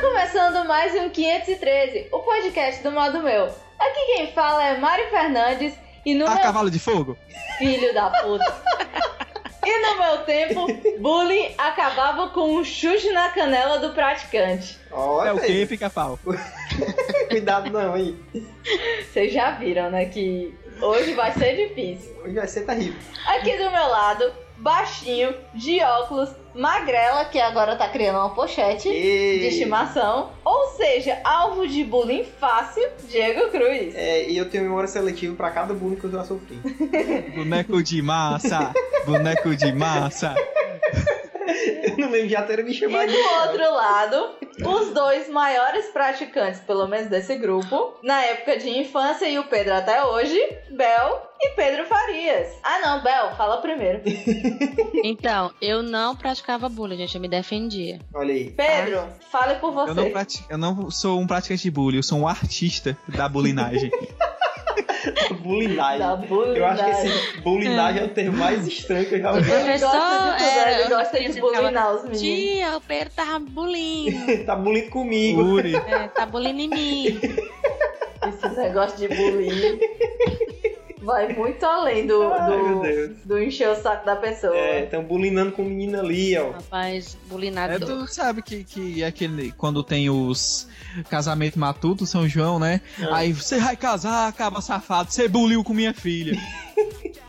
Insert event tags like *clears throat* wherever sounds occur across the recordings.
Começando mais um 513, o podcast do modo meu. Aqui quem fala é Mário Fernandes e no *laughs* A meu cavalo de fogo? filho da puta. E no meu tempo, bullying acabava com um chute na canela do praticante. Ó, É o velho, que fica pau. *laughs* Cuidado não, hein? Vocês já viram, né, que hoje vai ser difícil. Hoje vai ser terrível. Aqui do meu lado, baixinho, de óculos, magrela, que agora tá criando uma pochete. de E... estimação, ou seja, alvo de bullying fácil, Diego Cruz. É, e eu tenho memória seletiva pra cada bullying que eu *laughs* já sofri. Boneco de massa, boneco de massa. Eu não lembro de até me E chamar de... do outro lado, os dois maiores praticantes, pelo menos desse grupo, na época de infância e o Pedro até hoje, Bel e Pedro Farias. Ah não, Bel, fala primeiro. Então, eu não praticava bullying, gente, eu me defendia. Olha aí. Pedro, fale por você. Eu não, prati- eu não sou um praticante de bullying, eu sou um artista da bulinagem. Ah, *laughs* bullyingagem. Da bullying. Eu acho que esse bullyingagem é o termo mais estranho que eu já O ouvi. Ele gosta de professor tudo, era- ele gosta de ele bulinar os meninos. Tia, o Pedro tava bullying. Tá bullying comigo. Uri, É, tá bullying em mim. Esse negócio de bullying vai muito além Uh, do, Ai, meu do, Deus. do encher o saco da pessoa. É, tão bulinando com o menino ali, ó. Rapaz, é, bulinador. tu sabe que, que é aquele quando tem os casamento matuto, São João, né? Ah. Aí você vai casar, acaba safado, você buliu com minha filha.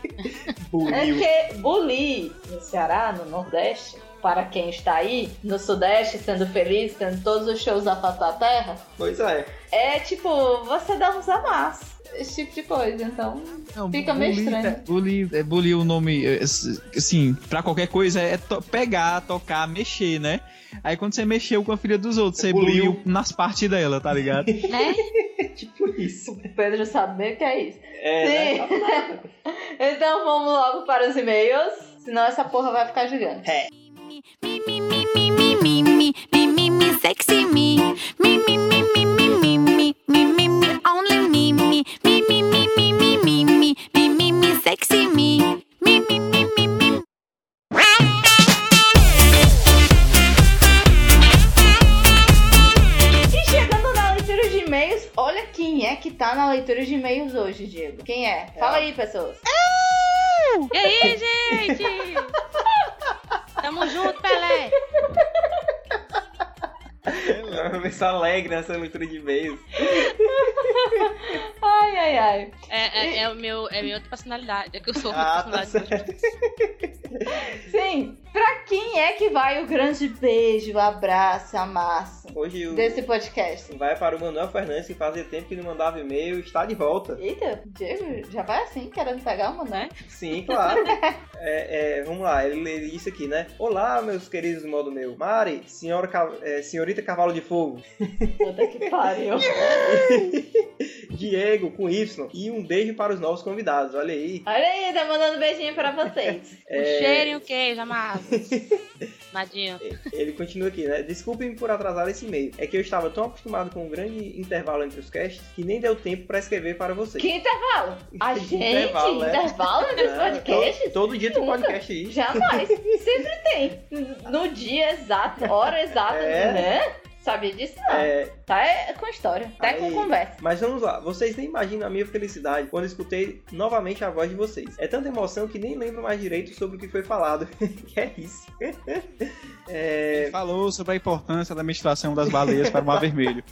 É Bullying. porque bully no Ceará, no Nordeste, para quem está aí, no Sudeste, sendo feliz, tendo todos os shows da face da terra, Pois é. é tipo, você dá uns amassos. Esse tipo de coisa, então. *laughs* Não, Fica meio bullying, estranho. tá- Bullying, é, bullying o nome, é, s- assim, pra qualquer coisa é to- pegar, tocar, mexer, né? Aí quando você mexeu com a filha dos outros, você Buliu. buliu nas partes dela, tá ligado? Né? Tipo isso. O Pedro sabe bem o que é isso. É, né? *laughs* Então vamos logo para os e-mails, senão essa porra vai ficar gigante. Me, me, me, me, me, me, me, me, me, me, sexy me. Me, me, me, me, me, me, me, me, me, me, only me, me. Me, me, me, me, me, me, me, me, me, me, sexy me. Me, me, me, me, me. E chegando na leitura de e-mails, olha quem é que tá na leitura de e-mails hoje, Diego. Quem é? Fala aí, pessoas. E aí, gente? Tamo junto, Pelé. Vamos É alegre nessa leitura de e-mails. Ai, ai, ai. É, é, é o meu, é minha outra personalidade. É que eu sou Ah, outra tá personalidade. certo. Sim, pra quem é que vai o grande beijo, abraço, amasso Hoje o... desse podcast? Vai para o Manuel Fernandes, que fazia tempo que não mandava e-mail, está de volta. Eita, Diego, já vai assim, querendo pegar uma, né? *laughs* Sim, claro. É, é, vamos lá, ele lê isso aqui, né? Olá, meus queridos do modo meu. Mari, senhora, ca- é, senhorita Cavalo de Fogo. Puta que *laughs* pariu. Diego, com Y. E um beijo para os novos convidados, olha aí. Olha aí, tá mandando beijinho pra vocês. O cheiro e o queijo, amado. Nadinho. Ele continua aqui, né? Desculpem por atrasar esse e-mail. É que eu estava tão acostumado com um grande intervalo entre os casts que nem deu tempo para escrever para vocês. Que intervalo? A Que gente? intervalo, Intervalo, né? *laughs* nesse Ah, podcast? to- Todo dia tem Nunca. podcast aí. *laughs* Jamais. Sempre tem. No dia exato, hora exata, É. né? Sabia disso não. É, Tá é com história, tá é com Aí. conversa. Mas vamos lá, vocês nem imaginam a minha felicidade quando escutei novamente a voz de vocês. É tanta emoção que nem lembro mais direito sobre o que foi falado. *laughs* que é isso? é. Falou sobre a importância da menstruação das baleias para o mar vermelho.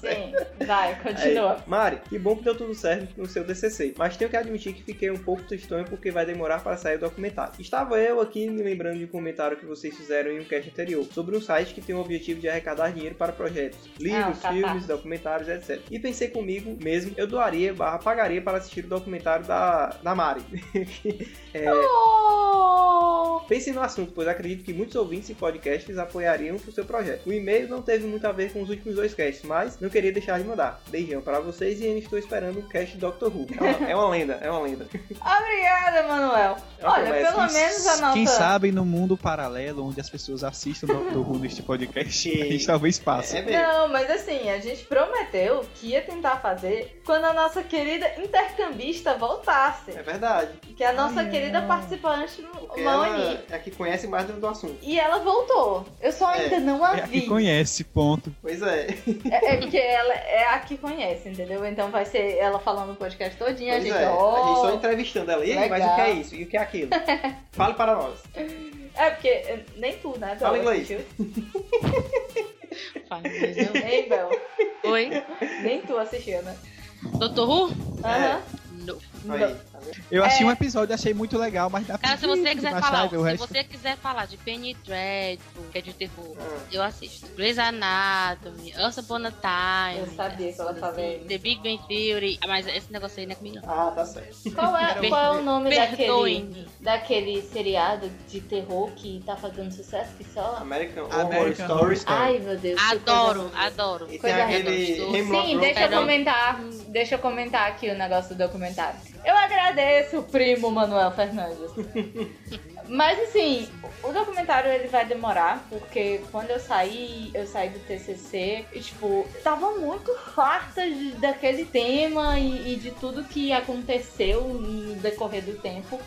Sim, vai, Aí, continua. Mari, que bom que deu tudo certo no seu DCC, mas tenho que admitir que fiquei um pouco tristonho porque vai demorar para sair o documentário. Estava eu aqui me lembrando de um comentário que vocês fizeram em um cast anterior sobre um site que tem o objetivo de arrecadar dinheiro para projetos, Ah, o livros, Catarse. filmes, documentários, etc. E pensei comigo mesmo, eu doaria, barra, pagaria para assistir o documentário da, da Mari. Oh! Pense no assunto, pois acredito que muitos ouvintes e podcasts apoiariam o seu projeto. O e-mail não teve muito a ver com os últimos dois casts, mas não queria deixar de mandar. Beijão para vocês e ainda estou esperando o cast Doctor Who. É uma, é uma lenda, é uma lenda. Obrigada, Manuel. É uma Olha, promessa. pelo menos a nossa. Quem sabe no mundo paralelo onde as pessoas assistem o Dr. Who neste podcast, Sim. a gente talvez passe. É mesmo. Não, mas assim, a gente prometeu que ia tentar fazer quando a nossa querida intercambista voltasse. É verdade. Que a nossa Ai, querida ai. participante Porque mão ela Annie. é a que conhece mais do, do assunto. E ela voltou. Eu só É, ainda não a É a vi. que conhece, ponto. Pois é. É, é porque ela é a que conhece, entendeu? Então vai ser ela falando o podcast todinho, a Pois gente, é. A gente só ó. entrevistando ela. E aí, mas legal. o que é isso? E o que *laughs* é aquilo? Fale para nós. É porque é, nem tu, né? Fala Bel, inglês. assistiu? Faz mesmo. Ei, Bel. Oi? Nem tu assistiu, né? Doutor Who? É, Aham. Não. Não. Aí, tá vendo? Eu achei É. um episódio, achei muito legal, mas dá Cara, se você quiser baixar falar, e ver o ó, se resto. você quiser falar de Penny Dreadful, que é de terror, Ah. eu assisto. Grey's Anatomy, Once Upon a Eu Time. sabia que ela essas tava assim, aí. The Big Bang Theory. Ah, mas esse negócio aí não é comigo não. Ah, tá certo. Qual é, qual é o nome daquele, Perdoem. daquele seriado de terror que tá fazendo sucesso que só? American Horror American Horror Stories. Story. Ai, meu Deus. que coisa Adoro, horrível. adoro. E tem Coisa aquele horrorosa. Hemlock Sim, Grove. deixa eu Perdão. comentar. Deixa eu comentar aqui o negócio do documentário. Eu agradeço, primo Manuel *laughs* Fernandes. Mas assim, o documentário ele vai demorar, porque quando eu saí, eu saí do TCC e tipo, tava muito farta de- daquele tema e, e de tudo que aconteceu no decorrer do tempo.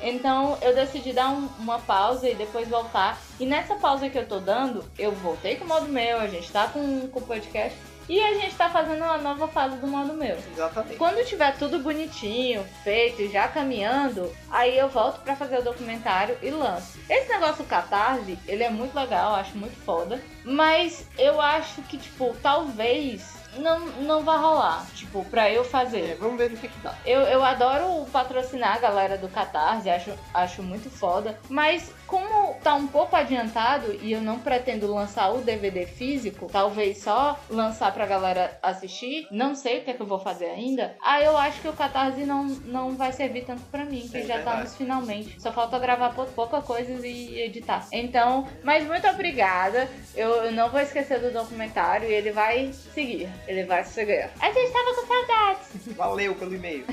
Então eu decidi dar um- uma pausa e depois voltar. E nessa pausa que eu tô dando, eu voltei com o modo meu, a gente tá com, com o podcast e a gente tá fazendo uma nova fase do modo meu. Exatamente. Quando tiver tudo bonitinho, feito, e já caminhando, aí eu volto pra fazer o documentário e lanço. Esse negócio do Catarse, ele é muito legal, eu acho muito foda, mas eu acho que, tipo, talvez não, não vá rolar, tipo, pra eu É, fazer. vamos ver o que, que dá. Eu, eu adoro patrocinar a galera do Catarse, acho, acho muito foda, mas como tá um pouco adiantado e eu não pretendo lançar o DVD físico, talvez só lançar pra galera assistir, não sei o que é que eu vou fazer ainda, aí eu acho que o Catarse não, não vai servir tanto pra mim, que É já tá verdade. nos finalmente. Só falta gravar pou- pouca coisa e editar. Então, mas muito obrigada. Eu, eu não vou esquecer do documentário e ele vai seguir, ele vai chegar. A gente tava com saudades. Valeu pelo e-mail.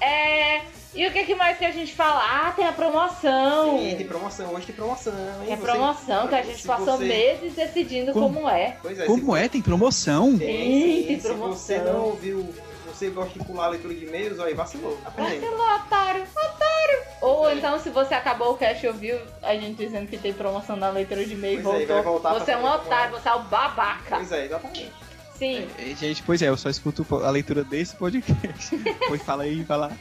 É. E o que, que mais que a gente fala? Ah, tem a promoção. Sim, tem promoção. Hoje tem promoção, hein? Tem a Você- promoção que a gente se passou você- meses decidindo Como? como é. Pois é, Como é? Tem promoção? Sim, tem Se promoção. você não ouviu, você gosta de pular a leitura de e-mails, olha, vacilou. Tá perdendo. Otário, otário. Ou é. então, se você acabou o cast e ouviu a gente dizendo que tem promoção na leitura de e-mail e Pois é, voltou. vai voltar pra você é um saber como otário, você é o babaca. Pois é, exatamente. Sim. É, Gente, pois é, eu só escuto po- a leitura desse podcast. *laughs* pois fala aí, vai lá.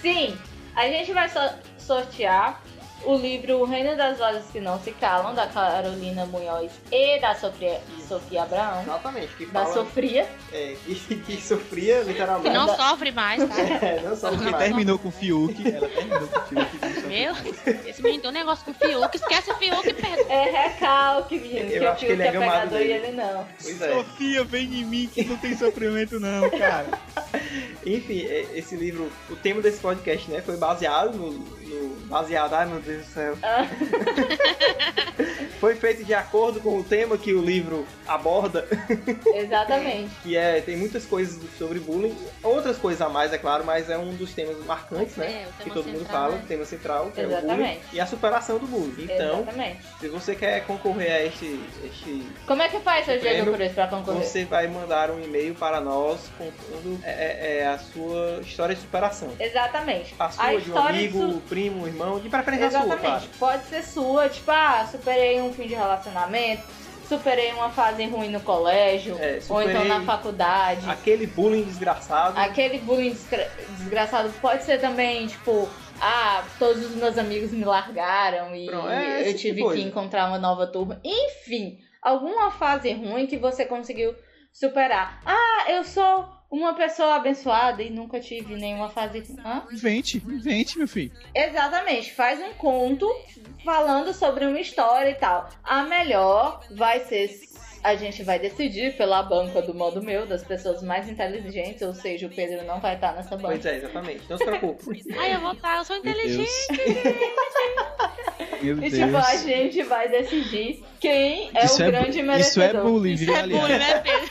Sim, a gente vai so- sortear o livro O Reino das Vozes que Não Se Calam, da Carolina Munhoz e da Sofia, Sofia Abraão. Exatamente. Que Da fala, Sofria. é, que, que sofria Que literalmente. não sofre mais, tá? *laughs* *laughs* É, não só Ela demais. terminou com o Fiuk. Ela terminou com o Fiuk. não sei o quê. Meu, esse menino tem um negócio com o Fiuk. Esquece o Fiuk e perde. É recalque, menino. Eu que acho o que ele é Fiuk gamado pegador e dele. ele não. Pois é. Sofia, vem em mim que não tem sofrimento, não, cara. Enfim, é, esse livro, o tema desse podcast, né, foi baseado no. no- baseado, ai meu Deus do céu. Ah. *laughs* foi feito de acordo com o tema que o livro aborda, Exatamente. que é. tem muitas coisas sobre bullying, outras coisas a mais, é claro, mas é um dos temas marcantes, né? É, o tema que todo mundo central, fala, né? o tema central, que é o bullying. Exatamente. E a superação do bullying. Então, Exatamente. se você quer concorrer a este, este Como é que faz seu Diego prêmio- Cruz pra concorrer? você vai mandar um e-mail para nós contando é, é, é, a sua história de superação. Exatamente. A sua, de um história de amigo, primo, irmão, de preferência a sua, Exatamente. claro. Pode ser sua, tipo, ah, superei um fim de relacionamento, superei uma fase ruim no colégio, É, ou então superei na faculdade. aquele bullying desgraçado. Aquele bullying desgra- desgraçado pode ser também, tipo, ah, todos os meus amigos me largaram e Pronto, é esse eu tipo de tive que coisa. encontrar uma nova turma. Enfim, alguma fase ruim que você conseguiu superar. Ah, eu sou uma pessoa abençoada e nunca tive nenhuma fase ruim. Hã? Invente, invente, meu filho. Exatamente, faz um conto falando sobre uma história e tal. A melhor vai ser. A gente vai decidir pela banca do modo meu, das pessoas mais inteligentes, ou seja, o Pedro não vai estar nessa banca. Pois é, exatamente. Não *laughs* se preocupe. Ai, eu vou estar, eu sou Meu inteligente. Deus. Meu E Deus. tipo, a gente vai decidir quem é isso o é, grande bu- Isso merecedor. é bullying, Isso viu, é aliás? bullying, né, Pedro?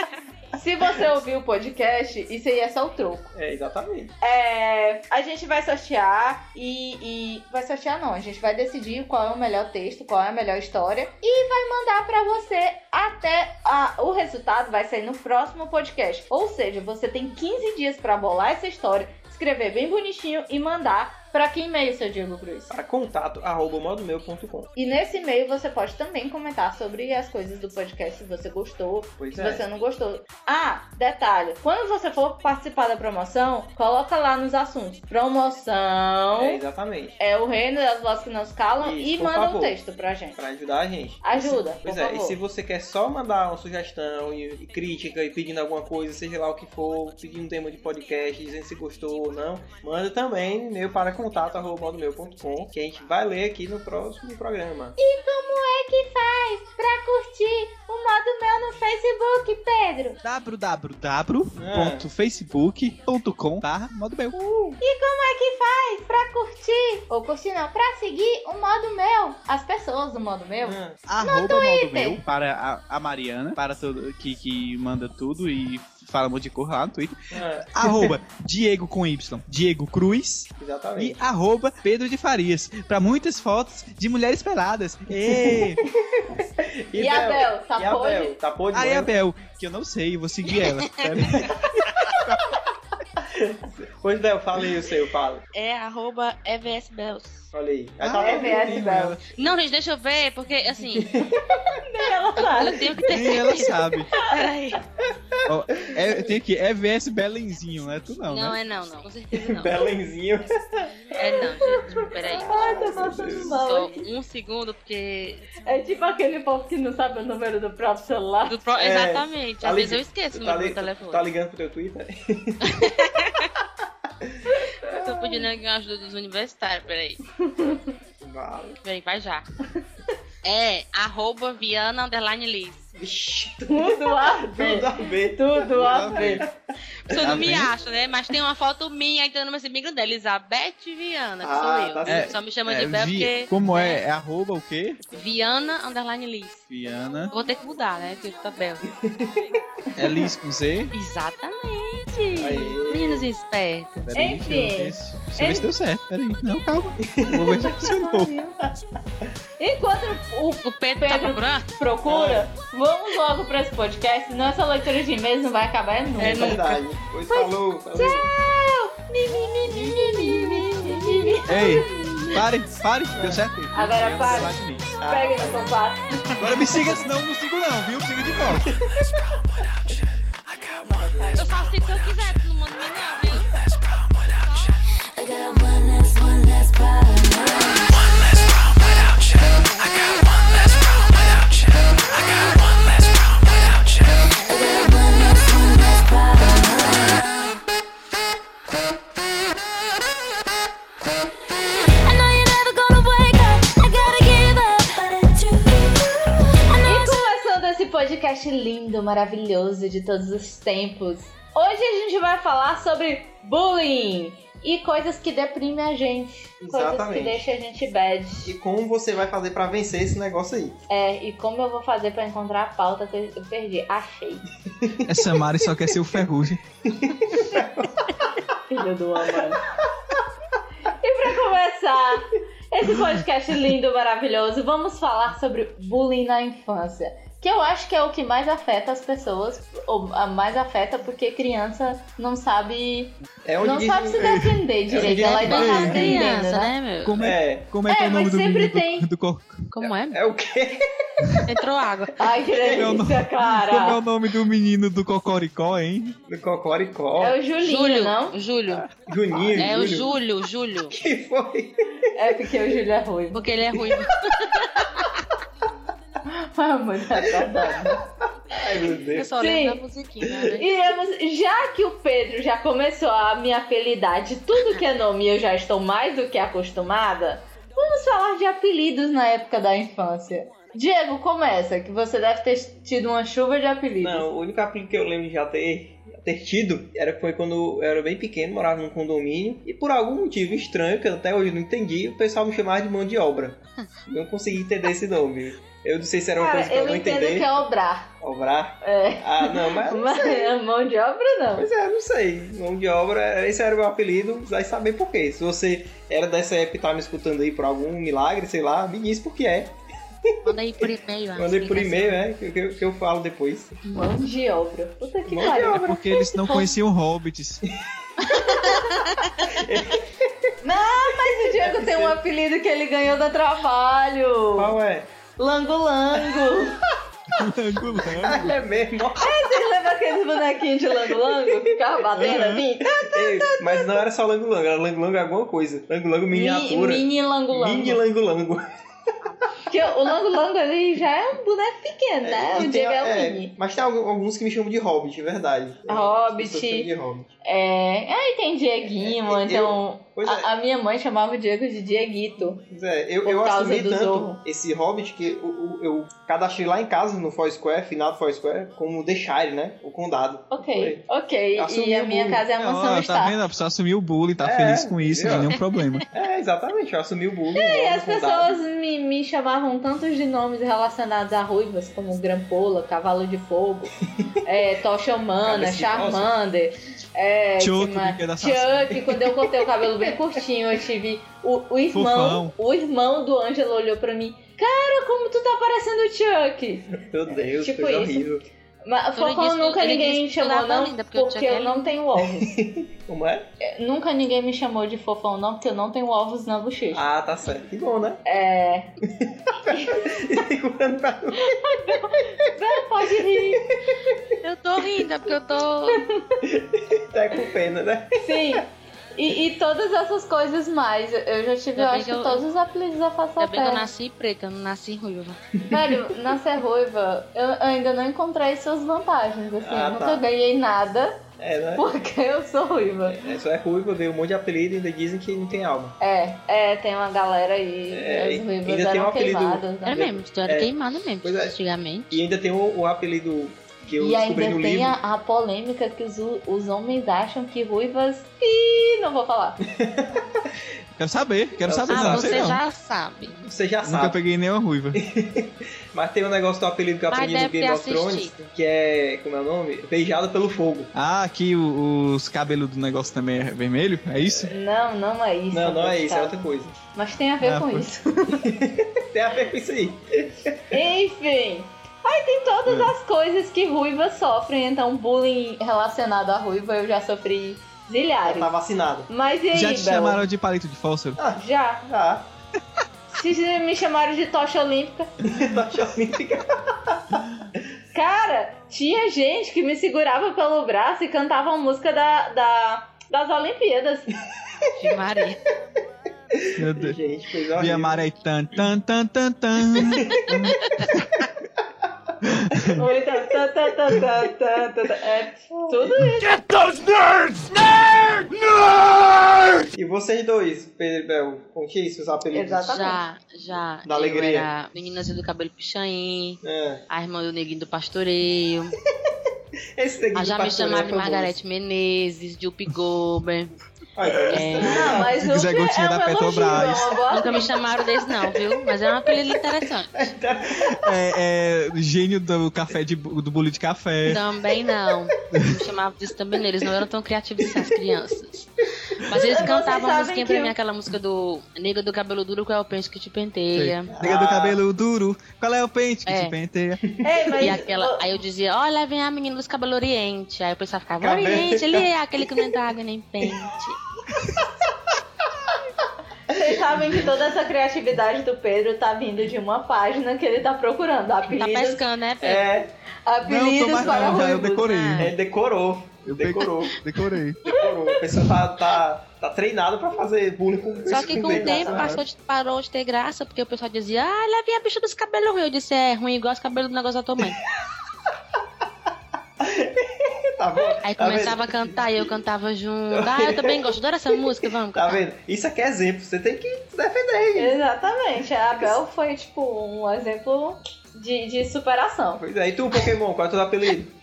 *laughs* Se você ouviu o podcast, isso aí é só o troco. É, exatamente. É, a gente vai sortear e, e- Vai sortear não, a gente vai decidir qual é o melhor texto, qual é a melhor história. E vai mandar pra você até. a- o resultado vai sair no próximo podcast. Ou seja, você tem 15 dias pra bolar essa história, escrever bem bonitinho e mandar Pra que e-mail, seu Diego Cruz? Para contato, arroba modomeu.com. E nesse e-mail você pode também comentar sobre as coisas do podcast, se você gostou, Pois se é. você não gostou. Ah, detalhe. Quando você for participar da promoção, coloca lá nos assuntos. É, Promoção exatamente. é, o reino das vozes que não se calam Isso, e por manda um favor. texto pra gente. Pra ajudar a gente. Ajuda, Pois por é, favor. e se você quer só mandar uma sugestão e, e crítica e pedindo alguma coisa, seja lá o que for, pedindo um tema de podcast, dizendo se gostou ou não, manda também um e-mail para contato arroba modomeu.com, que a gente vai ler aqui no próximo programa. é pra curtir o modo meu no Facebook, Pedro. www.facebook.com barra modo meu. Uh, Como é que faz pra curtir? Ou curtir não, pra seguir o modo meu, as pessoas do modo meu. Ah, Arroba modo meu para a, a Mariana, para todo, que, que manda tudo e fala um monte de coisa lá no Twitter. ah, Arroba Diego com Y, Diego Cruz e exatamente. arroba Pedro de Farias, para muitas fotos de mulheres peladas. Ê! E, Abel, E tá podre? Abel, tá podre? Aí a mano? Bel, que eu não sei, eu vou seguir ela. Pois Bel, fala aí o seu, fala. É arroba EVSBells. Olha aí. Aí Ah, fala é do VS filme, Bel. né? Não, gente, deixa eu ver, porque *laughs* assim, Nem ela sabe. eu tenho que ter Nem ela certeza. sabe. Peraí. Ó, é, tem aqui, é VS Belenzinho, não é tu não, Não, né? é não, não. Com certeza não. Belenzinho. É não, *laughs* gente. Peraí. Ai, tô passando Só mal. um segundo, porque. É tipo aquele povo que não sabe o número do próprio celular. do pro- É, Exatamente. tá Às vezes lig- eu esqueço o tá, número li- do telefone. tá ligando pro teu Twitter? Eu tô pedindo a ajuda dos universitários, peraí. Vale. Peraí, vai *laughs* já. É, arroba Viana Underline Liz. *laughs* Vixe, Tudo a tudo ver. a ver. é Tudo a ver. Você Tá não me vendo? acha, né? Mas tem uma foto minha entrando nesse migro dela, Elizabeth Viana, que Ah, sou eu. tá certo. Só me chama de É, Bel Vi- porque. como é? É arroba o quê? Viana Underline Liz. Viana. Vou ter que mudar, né? Porque tá Bel. É Liz com Z? Exatamente. Aê. Meninos espertos. Peraí, Enfim. deixa eu ver se- Deixa eu ver se deu certo. Peraí. Não, calma. Vou ver se funcionou. *laughs* Enquanto o O Pedro, tá Pedro. procurando? procura, vamos logo pra esse podcast, senão essa leitura de e-mails não vai acabar nunca. É verdade. Pois é. falou, falou. Ei, pare, pare. Deu certo? Agora Viana pare. Underline Liz. Pega no sofá. Agora me siga, senão eu não sigo não, viu? Siga de volta. Eu faço isso se eu quiser, tu não manda mais não, viu? I know you're never gonna wake up. I gotta give up, but it's true. I know E começando esse podcast lindo, maravilhoso de todos os tempos, hoje a gente vai falar sobre bullying e coisas que deprimem a gente, coisas que Exatamente. deixam a gente bad. E como você vai fazer pra vencer esse negócio aí? É, e como eu vou fazer pra encontrar a pauta que eu perdi? Achei. Essa Mari só quer ser o ferrugem. Filho do amor. E pra começar esse podcast lindo, maravilhoso, vamos falar sobre bullying na infância. Que eu acho que é o que mais afeta as pessoas, ou a mais afeta porque criança não sabe. É onde Não diz- sabe se defender direito. onde Ela ainda diz- tá Ei, aprendendo, criança, né? né, meu? Como é, É, como é que É, é o nome mas do sempre menino do- tem. do corpo? Como é? meu? é o quê? Entrou água. Ai, que Como é o delícia, Como é cara. o nome do menino do Cocoricó, hein? Do Cocoricó. É o Julinho, Júlio, não? Júlio. Juninho, É o Júlio. Júlio, Júlio. *laughs* Que foi? É porque o Júlio é ruivo. Porque ele é ruim. É muito agradável. Ai, meu Eu Deus. só Sim. lembro da musiquinha, né? Iremos, já que o Pedro já começou a me apelidar de tudo que é nome e eu já estou mais do que acostumada, vamos falar de apelidos na época da infância. Diego, começa, que você deve ter tido uma chuva de apelidos. Não, o único apelido que eu lembro de já ter, já ter tido era foi quando eu era bem pequeno, morava num condomínio, e por algum motivo estranho, que eu até hoje não entendi, o pessoal me chamava de mão de obra. Não consegui entender esse nome. Eu não sei se era é uma Hum. Cara, coisa que eu, eu não entendo entendi. que é obrar. Obrar? É. Ah, não, mas *laughs* Mas a mão de obra não. Pois é, não sei. Mão de obra, é, esse era o meu apelido, vai saber por quê. Se você era dessa época e tá me escutando aí por algum milagre, sei lá, me diz por que é. Manda aí por e-mail. a Mandei por explicação. e-mail, é, que, que, que eu falo depois. Mão de obra. Puta que Mão de pariu. É porque eles não conheciam hobbits. Mas o Diego tem um apelido que ele ganhou do trabalho. Qual é? *laughs* Lango *laughs* Lango. Angulano. Ah, é mesmo? ó. Vocês lembram aqueles bonequinhos de Lango Lango? Que ficava batendo Uhum. assim? Ei, mas não era só lango-lango, era lango-lango alguma coisa. Lango-lango miniatura. Mi- Mini Lango Mini Lango. lango-lango. Porque o Lango Lango ele já é um boneco pequeno, né? E O tem- Diego é é, o mini. mas tem algu- alguns que me chamam de Hobbit, é verdade. Hobbit. As pessoas chamam de Hobbit. É, aí tem Dieguinho, É, eu- então. Pois é. A, a minha mãe chamava o Diego de Dieguito. Pois é, eu, Por eu causa assumi do tanto Zorro. esse Hobbit que eu, eu- eu cadastrei lá em casa no Foursquare, final do Foursquare, como The Shire, né? O condado. Ok, ok. Assumiu E a o minha bullying. casa é a mansão Ó, tá Stark. vendo? A pessoa assumiu o bullying, tá É, feliz com isso, viu? não tem nenhum problema. É, exatamente, eu assumi o bullying. *laughs* E as pessoas me, me chamavam tantos de nomes relacionados a ruivas, como Grampola, Cavalo de Fogo, é, Tocha Humana, Cabeça de Charmander, é, Chuck, que mais? brinquedo assassino. Chuck, quando eu cortei o cabelo bem curtinho, eu tive o, o irmão, Fofão. o irmão do Ângelo olhou pra mim, cara, como tu tá parecendo o Chuck? Meu Deus, Tipo coisa isso. horrível. Mas Tu não Fofão disse- nunca ele ninguém disse me que chamou tava não, linda, porque porque, o Chuck eu é não tenho *laughs* ovos. Como é? É, nunca ninguém me chamou de Fofão não, porque eu não tenho ovos na bochecha. Ah, tá certo. Que bom, né? *laughs* É... Segurando pra Não, pode rir. Eu tô rindo, é porque eu tô. tá com pena, né? Sim. E, e todas essas coisas mais. Eu já tive, Ainda eu bem acho que que eu- todos os apelidos da face da Ainda bem que eu terra. nasci preta, eu não nasci ruiva. Velho, nascer ruiva, eu ainda não encontrei suas vantagens, assim. Ah, eu tá. nunca ganhei nada É, né? porque eu sou ruiva. É, só é ruiva, veio um monte de apelido e ainda dizem que não tem alma. É, é, tem uma galera aí, É, as ruivas ainda tem eram um apelido. queimadas, né? Era mesmo, tu era É. queimada mesmo, Pois é. antigamente. E ainda tem o, o apelido que eu E ainda descobri no tem livro. a, a polêmica que os, os homens acham que ruivas. Ih, não vou falar. Quero saber, quero Ah, saber, Ah, não sei você não. já sabe. Você já Nunca sabe. peguei nenhuma ruiva. Mas tem um negócio do apelido que eu Mas aprendi no deve ter Game of Thrones, assistido. que é, como é o nome? Beijado pelo fogo. Ah, aqui o- os cabelos do negócio também é vermelho? É isso? Não, não é isso. não, não é isso, é cara. outra coisa. Mas tem a ver Ah, com foi. isso. Tem a ver com isso aí. Enfim. Aí tem todas É. as coisas que ruivas sofrem, então bullying relacionado à ruiva eu já sofri Já zilhares. tá vacinado. Mas e aí, Já te Bel? chamaram de palito de fósforo? Já. Ah, Se me chamaram de tocha olímpica. tá *laughs* chorando. Cara, tinha gente que me segurava pelo braço e cantava a música da, da- das *laughs* Olimpíadas. De *laughs* Maria. Meu Deus. Gente, coisa Via horrível. Mara aí, tan, tan, tan, tan, tan. Ou então, tá, tá, tá, tá, tá, tá, tá. É tudo isso. E vocês dois, é, Pedro e Bel, contem seus apelidos. Tá Exatamente. Já, já. Da eu alegria. Era meninazinha do cabelo pichain, É. a irmã do neguinho do pastoreio. Esse daqui Ah, do já me pastor é chamaram de famoso. Margarete Menezes, Jupe Gober. Ai, É, Não, mas o Zé que Gotinha é da um elogio, é Petrobras. uma boa nunca me chamaram desse não, viu? Mas é um apelido interessante. É, é, gênio do café de, bu- do bolo de café. Também não. Não me chamavam disso também, não. eles não eram tão criativos assim, as crianças. Mas eles Vocês cantavam sabem a musiquinha que pra eu- mim, aquela música do Nega do Cabelo Duro, que é o pente que te penteia. Nega do Ah. cabelo duro. Qual é o pente que É. te penteia? Ei, mas E aquela, aí eu dizia, olha, vem a menina dos cabelos oriente. Aí o pessoal ficava, Cabelo- oriente, ele é aquele que não entra água nem pente. Vocês sabem que toda essa criatividade do Pedro tá vindo de uma página que ele tá procurando. Tá Apelidos, pescando, né, Pedro? É, não, apelidos tô mais para não, já eu ruivos. decorei. é Ah. ele decorou. Eu pe- Decorou, Decorei. decorou. A pessoa tá, tá, tá treinada pra fazer bullying com Só que com o dedo. tempo passou de, parou de ter graça, porque o pessoal dizia, ah, lá vem a bicha dos cabelos ruins. Eu disse, é ruim igual os cabelos do negócio da tua mãe. Tá bom? *laughs* Aí Tá vendo? começava a cantar e eu cantava junto. Ah, eu também gosto, adoro essa música, vamos Tá cantar. vendo? Isso aqui é exemplo. Você tem que se defender. Exatamente. A Bel foi, tipo, um exemplo de, de superação. Pois é. E tu, Pokémon, qual é o teu apelido?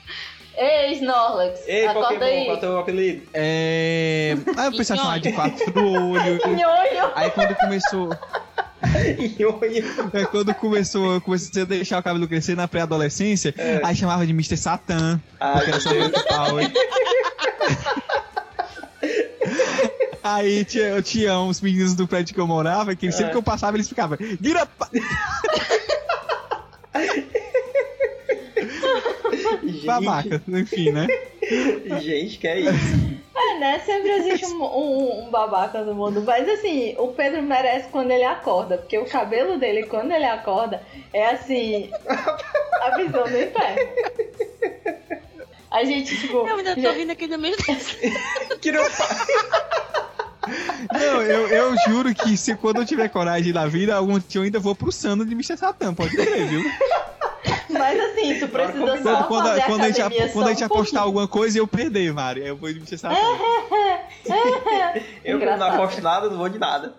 Ei, Snorlax, Ei, acorda Pokémon, aí. qual é o teu apelido? *laughs* É... Aí eu pensei chamar de quatro olhos. *laughs* Nhonho. Aí quando começou, Nhonho. é, quando começou, eu comecei a deixar o cabelo crescer na pré-adolescência, É. aí chamava de Mr. Satan. Ai, Porque *laughs* meu era só muito pau, *laughs* hein? Aí tinha, eu tinha uns meninos do prédio que eu morava, que É. sempre que eu passava eles ficavam. Gira! pa-" Deus. Babaca, enfim, né? *laughs* Gente, gente, que é isso? É, né? Sempre existe um, um- um babaca no mundo. Mas assim, o Pedro merece quando ele acorda. Porque o cabelo dele, quando ele acorda, é assim. A visão do inferno. A gente, tipo. Eu ainda tô já- rindo aqui do mesmo. Que não Não, eu, eu juro que se quando eu tiver coragem na vida, algum dia eu ainda vou pro Sano de Mr. Satan, pode crer, viu? Mas assim, tu precisa só Quando, quando, fazer quando a gente, academia ap- só quando a gente um apostar alguma coisa e eu perder, Mari, eu vou de Mr. Satan. *laughs* Eu como não É. Engraçado. aposto nada, não vou de nada.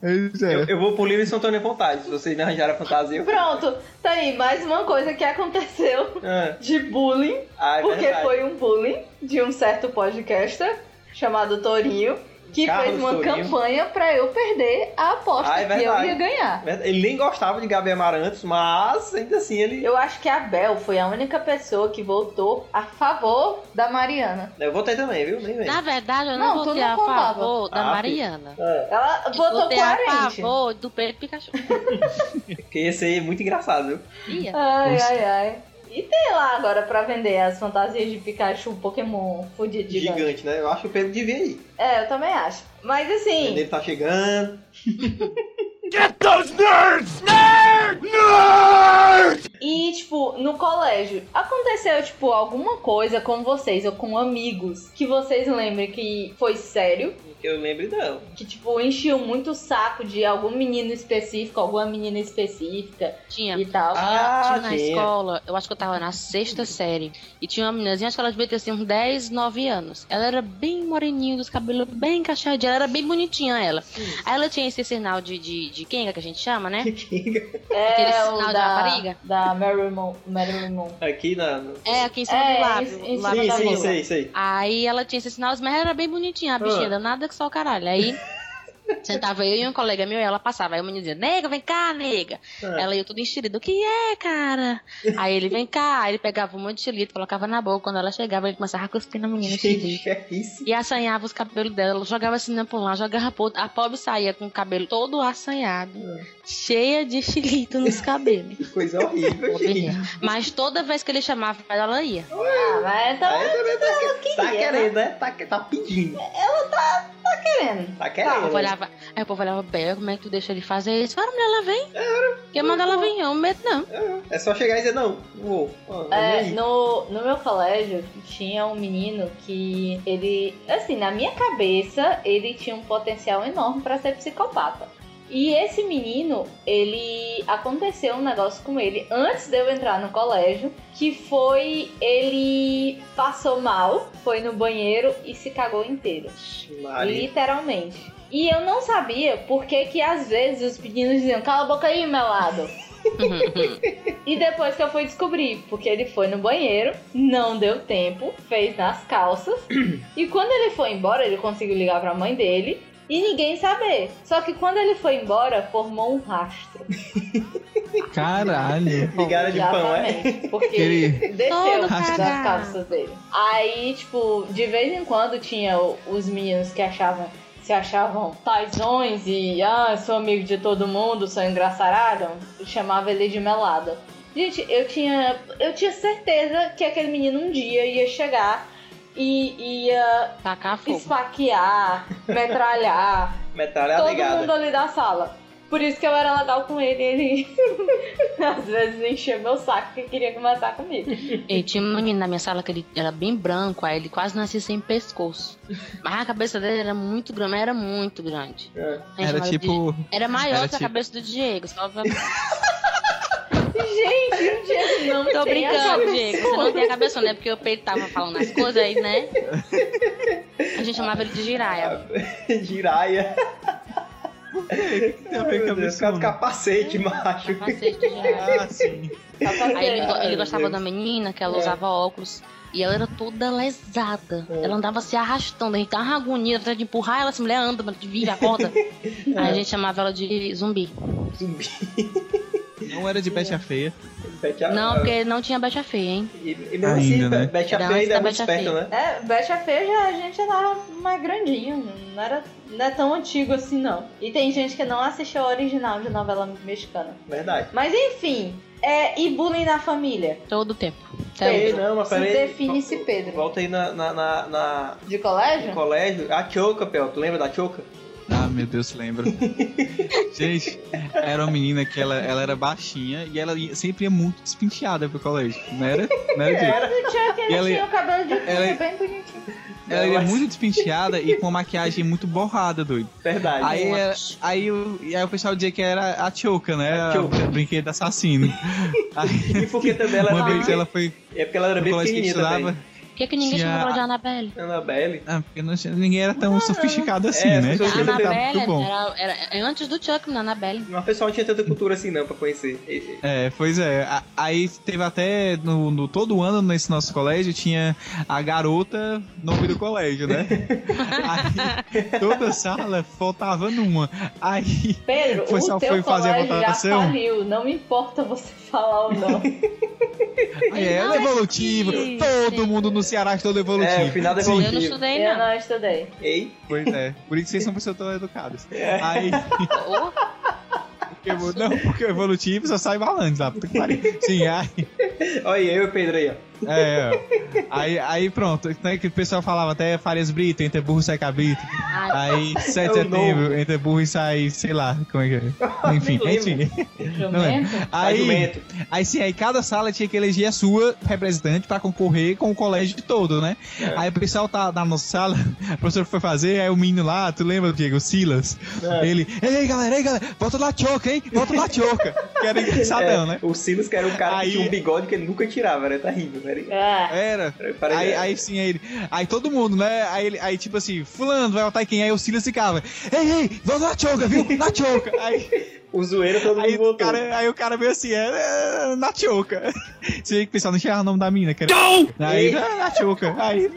Pois é. Eu, eu vou pro livro Santo Antônio à vontade, se vocês me arranjarem a fantasia. eu- Pronto, tá aí mais uma coisa que aconteceu Ah, de bullying, ah, é porque verdade. foi um bullying de um certo podcaster chamado Torinho, que Carlos fez uma Torinho. campanha pra eu perder a aposta Ah, é que eu verdade. ia ganhar. Verdade. Ele nem gostava de Gabi Amarantos, mas ainda assim ele. Eu acho que a Bel foi a única pessoa que votou a favor da Mariana. Eu votei também, viu? Nem vem. Na verdade, eu Não, não, tu votei não a contava. favor da Ah, Mariana. Ah, Ela Eu votou votei é a 40. favor do Pedro Pikachu. porque ia ser muito engraçado, viu? Ia. Ai, Nossa. ai, ai. E tem lá agora pra vender as fantasias de Pikachu, um Pokémon, fudido Gigante. gigante. né? Eu acho que o Pedro devia ir. É, eu também acho. Mas assim... Ele tá chegando. E, tipo, no colégio, aconteceu, tipo, alguma coisa com vocês ou com amigos que vocês lembrem que foi sério? Que eu lembro, não. Que, tipo, enchiu muito o saco de algum menino específico, alguma menina específica *laughs* Tinha. e tal? Ah, tinha na tinha. escola, eu acho que eu tava na sexta série, e tinha uma meninazinha, acho que ela devia ter assim, uns 10, 9 anos. Ela era bem moreninha, dos cabelos bem encaixadinhos, ela era bem bonitinha ela. Aí ela tinha esse sinal de, de, de Kenga que a gente chama, né? aquele é, sinal de rapariga? da Marilyn Mon- Marilyn Monroe. Aqui na. na- É, aqui em cima É, do em- lábio. em o cima lábio Sim, da da sim, boa. boca. sei, sei. Aí ela tinha esse sinal, mas era bem bonitinha, a bichinha, Ah. danada que só o caralho. Aí *laughs* sentava eu e um colega meu e ela passava. Aí o menino dizia, nega, vem cá, nega. Ah. Ela ia toda enxerida, o que é, cara? Aí ele, vem cá. Aí ele pegava um monte de xilito, colocava na boca. Quando ela chegava, ele começava a cuspir na menina. xilito. Gente, é isso. E assanhava os cabelos dela, ela jogava assim pra um lado, jogava pro outro. A pobre saía com o cabelo todo assanhado, Ah. cheia de xilito nos *laughs* cabelos. Que coisa horrível, Pobre gente. menina. Mas toda vez que ele chamava, ela ia. Ah, mas então Aí também tá, tá queria, querendo, né? Tá, que- tá pedindo. querendo. Tá O querendo. povo olhava, aí o povo olhava, Bel, como é que tu deixa ele fazer isso? Fala, mulher, ela vem. Quem manda ela vir? Eu medo não. *laughs* É só chegar e dizer, não, ah, não vou. Ó, É, nem aí. no, no meu colégio tinha um menino que ele, assim, na minha cabeça, ele tinha um potencial enorme pra ser psicopata. E esse menino, ele aconteceu um negócio com ele antes de eu entrar no colégio, que foi ele passou mal, foi no banheiro e se cagou inteiro. Ixi, Maria. Literalmente. E eu não sabia por que que às vezes os meninos diziam, cala a boca aí, meu lado. E depois que eu fui descobrir, porque ele foi no banheiro, não deu tempo, fez nas calças. *clears throat* e quando ele foi embora, ele conseguiu ligar pra mãe dele e ninguém saber. Só que quando ele foi embora, formou um rastro. Caralho. Ligada de pão, é? Exatamente, *laughs* Porque Ele- desceu Todo das cagado. calças dele. Aí, tipo, de vez em quando tinha o- os meninos que achavam. Se achavam paisões e ah, sou amigo de todo mundo, sou engraçarado, chamava ele de melada. Gente, eu tinha, eu tinha certeza que aquele menino um dia ia chegar e ia Tacar fogo. Tá esfaquear, *laughs* metralhar, Metralha todo é ligada. mundo ali da sala. Por isso que eu era legal com ele, ele *laughs* às vezes enchia meu saco que queria conversar comigo. E tinha um menino na minha sala que ele era bem branco, aí ele quase nascia sem pescoço. Mas a cabeça dele era muito grande, mas era muito grande. É. A gente Era chamava de- tipo. Era maior era que a tipo- cabeça do Diego. Só pra... Gente, um dia ele não Tô tem brincando, essa Diego. Você não tem a cabeça, né? Porque o peito tava falando as coisas aí, né? A gente chamava ele de *laughs* giraia. É. Giraia. Tem a Ai, ver meu com a Deus, Por causa pessoa. do *laughs* capacete, macho. Capacete de giraia. Ah, sim. Aí ele, go- capacidade. ele meu gostava Deus. da menina, que ela É. usava óculos. E ela era toda lesada. É. Ela andava se arrastando. A gente tava agonia, vontade de empurrar ela, essa mulher anda, mas vive, *laughs* acorda. Aí a gente chamava ela de zumbi. Zumbi. Não era de Becha Feia. Bete a- Não, porque não tinha baixa feia, hein? E, e mesmo Ainda, assim, né? Bete a Era feia antes ainda é da muito Bete a esperto, né? Feia. É, Becha Feia já, a gente já tava mais grandinho, não, era, não é tão antigo assim não. E tem gente que não assistiu o original de novela mexicana. Verdade. Mas enfim, É, e bullying na família. Todo o tempo. Então, Até Ei, hoje. não, mas Então, Se peraí. define-se, Vol- Pedro. Volta aí na, na, na- na- De colégio? no colégio. A Choca, Pel, tu lembra da Choca? Ah, meu Deus, lembro. Gente, era uma menina que ela, ela era baixinha e ela ia- sempre ia muito despenteada pro colégio. Não era? Não era, Diego? O Chuck, ele E ela- tinha o cabelo de punha ela- bem bonitinho. Ela ia Mas- *laughs* muito despenteada e com uma maquiagem muito borrada, doido. Verdade. Aí, é- Uma- era- aí, o, e aí o pessoal dizia que era a Choca, né? A A Choca. Brinquedo *laughs* assassino. Aí, E porque também ela uma era vez bem, ela foi É porque ela era no bem colégio que pequenininha estudava. também. Por que, que ninguém Tinha- chamava ela de Annabelle? Annabelle. Ah, porque não tinha- ninguém era tão sofisticado assim, É, as né? pessoas Aquilo não tava Annabelle muito bom. era, era- é antes do Chuck, na Annabelle. Mas o pessoal não tinha tanta cultura assim não pra conhecer. E- e- É, pois é. A- Aí teve até no, no- todo ano nesse nosso colégio tinha a garota nome do colégio, *laughs* né? Aí toda sala faltava numa. Aí Pedro, Foi o só- teu foi fazer a colégio já votação? faliu. Não me importa você *laughs* falar ou não. aí ela Não, é evolutiva. que- Todo mundo no Ceará todo É, o evolutivo. final da Sim. Eu não evolutivo. estudei, Eu não. não estudei. Ei, Pois é. Por isso que vocês são pessoas tão educadas. *laughs* É. Aí, Ô, porque, eu- não, porque o evolutivo só sai balanço lá. puta que pariu. Sim, aí. olha aí, eu e o Pedro aí, ó. É, ó. aí, aí pronto, né, que o pessoal falava até Farias Brito, entre burro sai cabrito. ai, Aí, 7 É o de setembro, entre burro e sai, sei lá, como é *laughs* que é. Enfim, Nem lembro. Tá enfim. Não é. Jumento? Aí, Argumento. aí sim, aí cada sala tinha que eleger a sua representante pra concorrer com o colégio todo, né? É. Aí o pessoal tá na nossa sala, *laughs* o professor foi fazer, aí o menino lá, tu lembra, Diego? O Silas. É. Ele, ei galera, ei galera, volta na choca, hein? Volta na *laughs* choca. que era engraçadão, É, né? O Silas, que era um cara Aí- que tinha um bigode que ele nunca tirava, né? Tá rindo, né? Ele- Ah, Era. Para Aí, aí, aí sim, aí, ele- aí todo mundo, né? Aí, ele- aí tipo assim, fulano vai votar em quem? Aí o Silas ficava, ei, ei, volta na choca, viu? Na choca. Aí, O zoeiro todo aí, mundo o voltou. cara, aí o cara veio assim, é, é, na choca. *laughs* Você tinha que pensar, não tinha o nome da mina, cara. Aí, Ei. ah, na choca. Aí,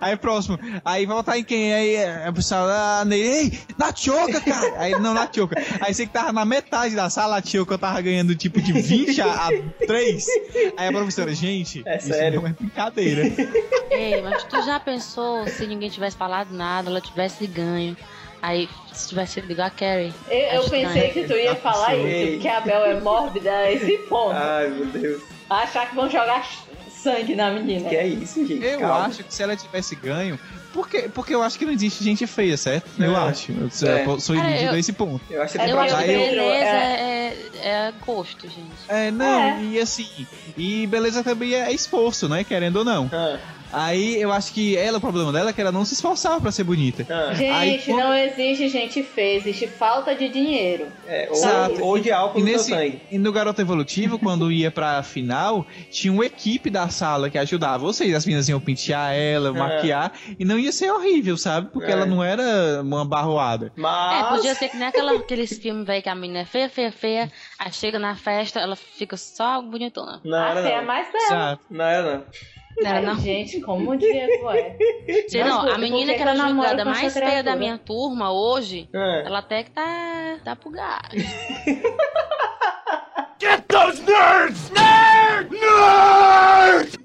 aí próximo. Aí vai votar em quem? Aí é, o pessoal, ah, nele, ei, na choca, cara. Aí, não, na choca. Aí você que tava na metade da sala, a choca tava ganhando tipo de 20 a, a 3. Aí a professora, gente, É isso sério. não é brincadeira. *laughs* ei, mas tu já pensou se ninguém tivesse falado nada, ela tivesse ganho? Aí, se tivesse sido igual a Carrie. eu, eu Acho é pensei estranho. que tu ia falar isso, Ei. porque a Bel é mórbida a esse ponto. Ai, meu Deus. Achar que vão jogar sangue na menina. Que é isso, gente? Eu Calma. acho que se ela tivesse ganho. Porque, porque eu acho que não existe gente feia, certo? Eu É. acho. Eu sou- É. eu sou Cara, iludido eu- a esse ponto. Eu acho que É, tem Eu acho que aí problema. eu- beleza é, é gosto, gente. É, não, É. e assim. E beleza também é esforço, né? Querendo ou não. Ah, Aí eu acho que ela, o problema dela é que ela não se esforçava pra ser bonita. ah. Aí, Gente, quando- não existe gente feia, existe falta de dinheiro. É, Exato. ou, ou de álcool E no nesse- seu sangue. E no Garoto Evolutivo, quando ia pra final, tinha uma equipe da sala que ajudava. Ou seja, as meninas iam pentear ela, maquiar. E não ia ser horrível, sabe? Porque É. ela não era uma barroada. Mas. É, podia ser que nem aquela, aqueles filmes velho que a menina é feia, feia, feia, aí chega na festa, ela fica só bonitona. Não, a era fé é não. mais dela. Sabe? Não, era não. Não era Ai, não? Gente, como o Diego é. Sei não, Mas a por- menina por que que era eu namoro julgada com essa mais feia da criatura? minha turma hoje, Ah. ela até que tá, tá pro gás.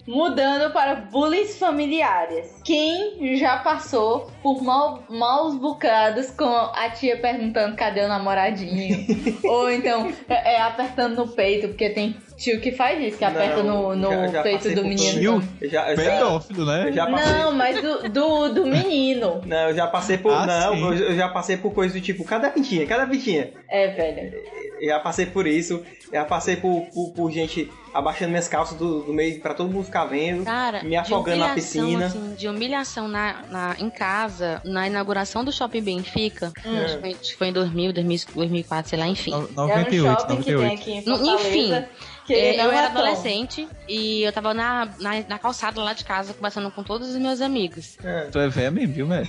Mudando para bullying familiares. Quem já passou por mal- maus bocados com a tia perguntando cadê o *laughs* namoradinho? Ou então é, é, apertando no peito, porque tem tio que faz isso, que aperta no, Não, no já- já peito passei do por então. menino. Tio? também. Eu já, eu já, Pedófilo, né? eu já passei. Não, mas do, do, do menino. Não, eu já passei por. Ah, sim. não, eu, eu já passei por coisa do tipo, cadê a pintinha? Cadê a pintinha? É, velho. Eu já passei por isso. eu Já passei por, por, por gente abaixando minhas calças do, do meio pra todo mundo ficar vendo. Cara, Me de afogando na humilhação, piscina. assim, de humilhação na, na- em casa, na inauguração do Shopping Benfica, É. acho que foi- acho que foi em 2000, 2000, 2004, sei lá, enfim. No- é um 98, shopping que tem 98. aqui em No- Fortaleza. que É, não eu é era bom. adolescente e eu tava na, na, na calçada lá de casa conversando com todos os meus amigos. Ah. Tu é velho mesmo, viu, velho?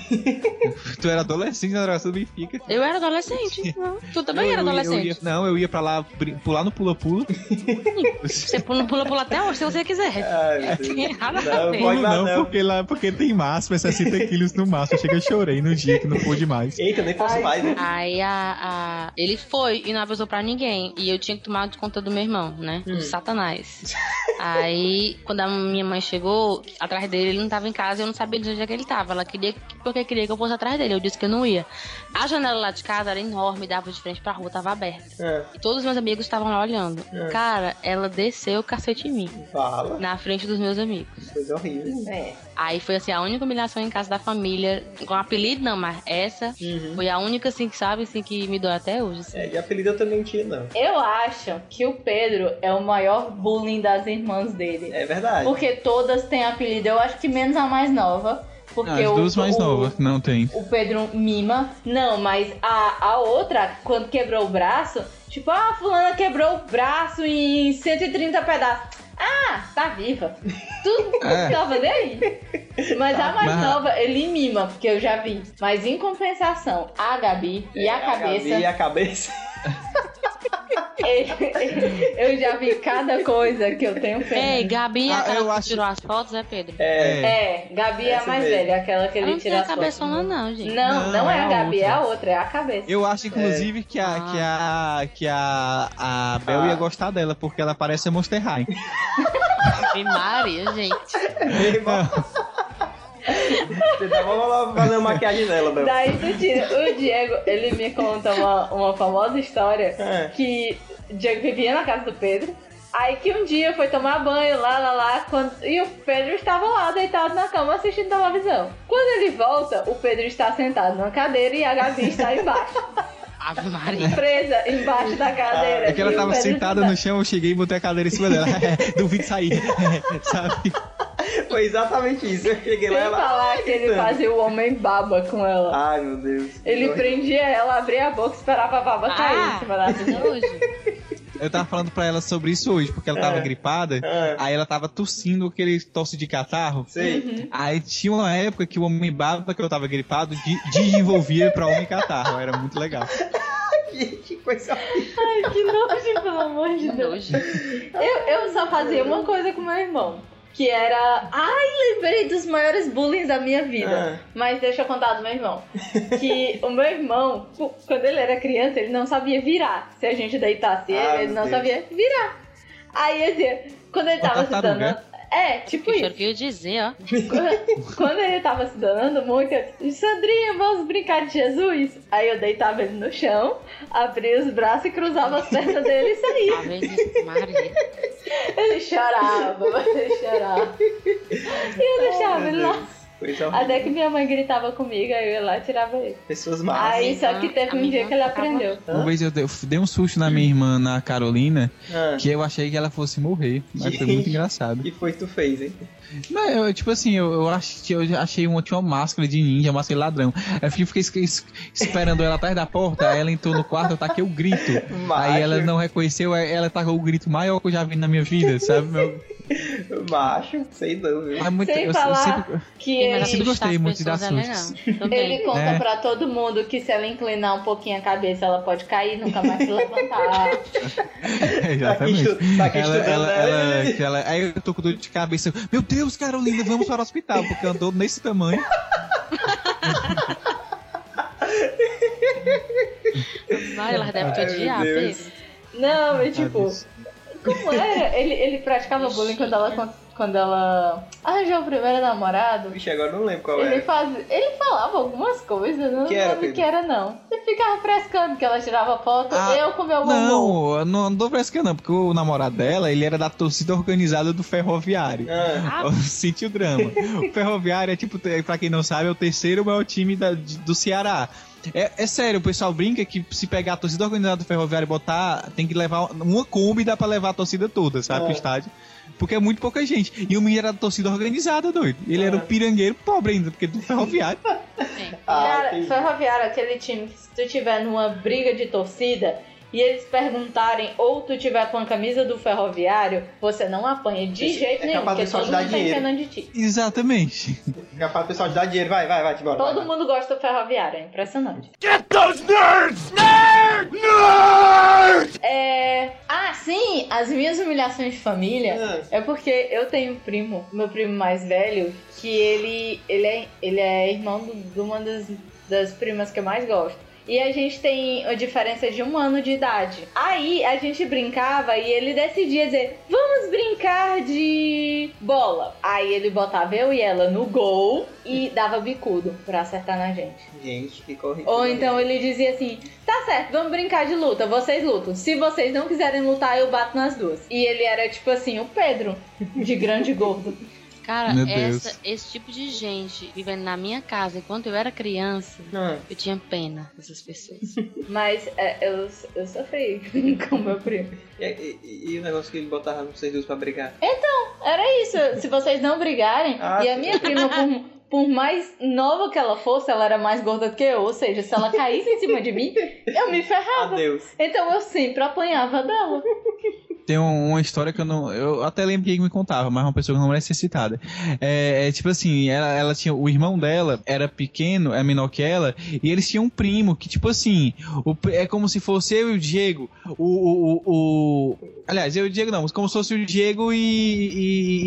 tu era adolescente na geração do Benfica. Eu era adolescente. né? não, Tu também Eu- era eu ia- eu adolescente. ia- não, eu ia pra lá brin- pular no pula-pula. Você pula, pula, pula até hoje se você quiser. Ai, É meu Deus. *laughs* Tem nada a É. Não, ver. pode- Pulo não, não. Porque, lá, porque tem máximo, 60 quilos no máximo. Chega, eu chorei no dia que não pude mais. Eita, eu nem posso Ai. mais, né? Aí a, a- ele foi e não avisou pra ninguém. E eu tinha que tomar de conta do meu irmão, né? Do satanás. Aí, quando a minha mãe chegou, atrás dele, ele não tava em casa, eu não sabia de onde é que ele tava. Ela queria, porque queria que eu fosse atrás dele, eu disse que eu não ia. A janela lá de casa era enorme, dava de frente pra rua, tava aberta. É, E todos os meus amigos estavam lá olhando. É. Cara, ela desceu o cacete em mim, fala. na frente dos meus amigos. Coisa horrível. É. Aí foi assim, a única humilhação em casa da família, com apelido não, mas essa Uhum. foi a única, assim, que sabe, assim, que me dói até hoje. assim. É, de apelido eu também tinha, não. Eu acho que o Pedro é o maior bullying das irmãs dele. É verdade. Porque todas têm apelido. Eu acho que menos a mais nova. Porque Ah, As o- duas mais o- novas, não tem. O Pedro mima. Não, mas a, a outra, quando quebrou o braço, tipo, ah, fulana quebrou o braço em 130 pedaços. Ah, tá viva. *laughs* Tu É. Tá precisava é. dele? Mas a mais Mas- nova, ele mima, porque eu já vi. Mas em compensação, a Gabi e a cabeça. *laughs* E É, a cabeça. eu já vi cada coisa que eu tenho É pena. Ei, Gabi, Ah, a eu cara que acho- tirou as fotos, é Pedro? É. É. É, Gabi é a Essa mais mesmo. velha, aquela que Ela ele não tem tira a as fotos. cabeçona não, gente. Não, não, é a Gabi, outra. é a outra, é a cabeça. Eu acho, inclusive, que a, que a, que a, a Bel Ah. ia gostar dela, porque ela parece a Monster High. Ave Maria, gente. Meu irmão. Tentava rolar- Então, fazer uma maquiagem nela, Bel. Daí tu tira. O Diego, ele me conta uma, uma famosa história É. que o Diego vivia na casa do Pedro. Aí que um dia foi tomar banho, lá, lá, lá, quando- e o Pedro estava lá, deitado na cama, assistindo televisão. Quando ele volta, o Pedro está sentado na cadeira e a Gabi está *laughs* embaixo, *laughs* Ave Maria. presa embaixo da cadeira. É que ela E o tava Pedro sentada no chão, eu cheguei e botei a cadeira em cima dela. *laughs* Duvido sair, *laughs* sabe? Foi exatamente isso. Eu cheguei lá Sem e ela. falar que ele gritando. fazia o homem baba com ela. Ai, meu Deus. Ele Que prendia ela, abria a boca, esperava a baba cair em cima da Ah, que nojo. Eu tava falando pra ela sobre isso hoje, porque ela tava É. gripada, É. aí ela tava tossindo aquele tosse de catarro. Sei. Aí tinha uma época que o homem baba que eu tava gripado de- desenvolvia pra homem catarro. Era muito legal. Que, Uhum. *laughs* que coisa. Ai, que nojo, pelo amor de *laughs* Que Deus. nojo. Eu, eu só fazia uma coisa com meu irmão. Que era. Ai, lembrei dos maiores bullying da minha vida. Ah. Mas deixa eu contar do meu irmão. Que o meu irmão, cu- quando ele era criança, ele não sabia virar. Se a gente deitasse ele, Ah, meu ele não Deus. sabia virar. Aí assim, quando ele Uma tava se tartaruga. dando. É, tipo Que isso. choro que eu ia dizer, ó. Quando- *laughs* Quando ele tava se danando muito, eu disse, Sandrinha, vamos brincar de Jesus? Aí eu deitava ele no chão, abria os braços e cruzava as pernas dele e saía. Ave Maria. Ele chorava, *laughs* ele chorava. E eu deixava ele Tá, lá. Coisa horrível. Até que minha mãe gritava comigo, aí eu ia lá e tirava ele. Pessoas Ah, más. Aí só que teve um dia que ele aprendeu. É. Uma vez eu dei- eu dei um susto na minha irmã, na Carolina, Ah, que eu achei que ela fosse morrer. Mas foi muito engraçado. que foi que tu fez, hein? Não, eu, tipo assim, eu, eu, achei, eu achei uma, tinha uma máscara de ninja, uma máscara de ladrão. Eu fiquei, fiquei es- es- esperando ela atrás da porta, aí ela entrou no quarto, eu taquei o grito. Macho. Aí ela não reconheceu, aí ela tacou o grito maior que eu já vi na minha vida, sabe? Meu- Macho, sei não, viu? É muito, Sem eu, eu falar sempre- *laughs* que Sim, mas assim, ele, eu gostei assustar muito as pessoas, de ela assuntos. né, Não, não ele tem. conta É. pra todo mundo que se ela inclinar um pouquinho a cabeça, ela pode cair, nunca mais se levantar. *laughs* É, Tá aqui estu- Exatamente. tá aqui Ela, ela, estudando, né? ela, que ela- aí eu tô com dor de cabeça. eu, Meu Deus, Carolina, vamos para o hospital, porque andou nesse tamanho. Vai, ela deve te Ai, meu odiar, Deus. Pedro. Não, e *laughs* tipo, Como era? Ele, ele praticava bullying quando ela, quando ela arranjou o primeiro namorado. Vixe, agora eu não lembro qual é. Ele, era. faz, ele falava algumas coisas, eu não Que era, lembro o que Pedro? era, não. Ele ficava frescando que ela tirava foto, Ah, eu com meu bumbum. Não, eu não, não dou fresca não, porque o namorado dela, ele era da torcida organizada do ferroviário. Ah, Sente o drama. O Ferroviário é tipo, te- pra quem não sabe, é o terceiro maior time da- de- do Ceará. É, é sério, o pessoal brinca que se pegar a torcida organizada do Ferroviário e botar, tem que levar uma Kombi, dá pra levar a torcida toda, sabe, pro É. estádio. Porque é muito pouca gente. E o menino era da torcida organizada, doido. Ele era É. um pirangueiro pobre ainda, porque do Ferroviário. ah, Cara, entendi. ferroviário é aquele time que se tu tiver numa briga de torcida e eles perguntarem ou tu tiver com a camisa do ferroviário, você não apanha de Esse- jeito é nenhum, capaz do porque pessoal todo te mundo dar tá dinheiro. encanando de ti. Exatamente. Capaz do pessoal te dar dinheiro. Vai, vai, vai, te bora. Todo vai. mundo gosta do ferroviário, é impressionante. É... Ah, sim! As minhas humilhações de família Ah, é porque eu tenho um primo, meu primo mais velho, que ele, ele, é, ele é irmão do- de uma das, das primas que eu mais gosto. E a gente tem a diferença de um ano de idade. Aí a gente brincava e ele decidia dizer: vamos brincar de bola. Aí ele botava eu e ela no gol e dava bicudo pra acertar na gente. Gente, que corre. Ou então ele dizia assim: tá certo, vamos brincar de luta, vocês lutam. Se vocês não quiserem lutar, eu bato nas duas. E ele era tipo assim: o Pedro, de grande gordo. Cara, Meu Deus. essa, esse tipo de gente vivendo na minha casa enquanto eu era criança, Ah, eu tinha pena dessas pessoas. Mas é, eu, eu sofri *laughs* com meu primo. e, e- e o negócio que ele botava vocês dois pra brigar? Era isso. Se vocês não brigarem, Ah, e a sim. minha prima, por, por mais nova que ela fosse, ela era mais gorda do que eu. Ou seja, se ela caísse em cima de mim, eu me ferrava. Adeus. Então eu sempre apanhava dela. Tem um- uma história que eu não. Eu até lembro quem me contava, mas é uma pessoa que não merece ser citada. É, é tipo assim, ela, ela tinha. O irmão dela era pequeno, é menor que ela, e eles tinham um primo que, tipo assim, o pri- é como se fosse eu e o Diego. O. o, o, o- aliás, eu e o Diego não, mas como se fosse o Diego e,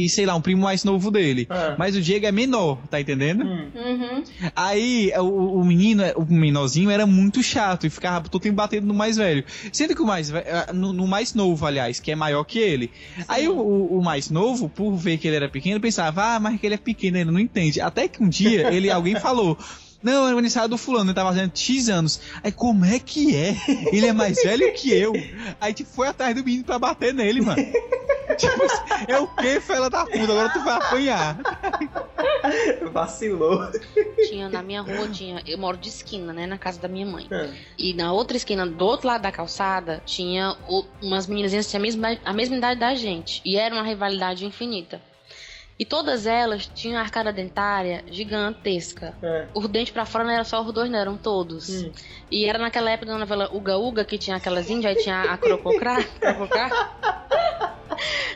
e- e, sei lá, um primo mais novo dele. Ah. Mas o Diego é menor, tá entendendo? Hum. Uhum. Aí o, o menino, o menorzinho era muito chato e ficava todo tempo batendo no mais velho. Sendo que o mais ve- ah, no, no mais novo, aliás, que é maior que ele. Aí o, o- o mais novo, por ver que ele era pequeno, pensava, ah, mas que ele é pequeno, ele não entende. Até que um dia ele alguém falou. Não, era o aniversário do fulano, ele tava fazendo X anos. Aí, como é que é? Ele é mais velho que eu. Aí, tipo, foi atrás do menino pra bater nele, mano. tipo, assim, é o que, fela da puta? Agora tu vai apanhar. *laughs* Vacilou. Tinha na minha rua, tinha. Eu moro de esquina, né? Na casa da minha mãe. Ah. E na outra esquina, do outro lado da calçada, tinha o- umas meninas que tinham a mesma, a mesma idade da gente. E era uma rivalidade infinita. E todas elas tinham a arcada dentária gigantesca. Ah. Os dentes pra fora não eram só os dois, não eram todos. Hum. E era naquela época da novela Uga Uga que tinha aquelas índias, aí tinha a Crococrá. *laughs* crococrá.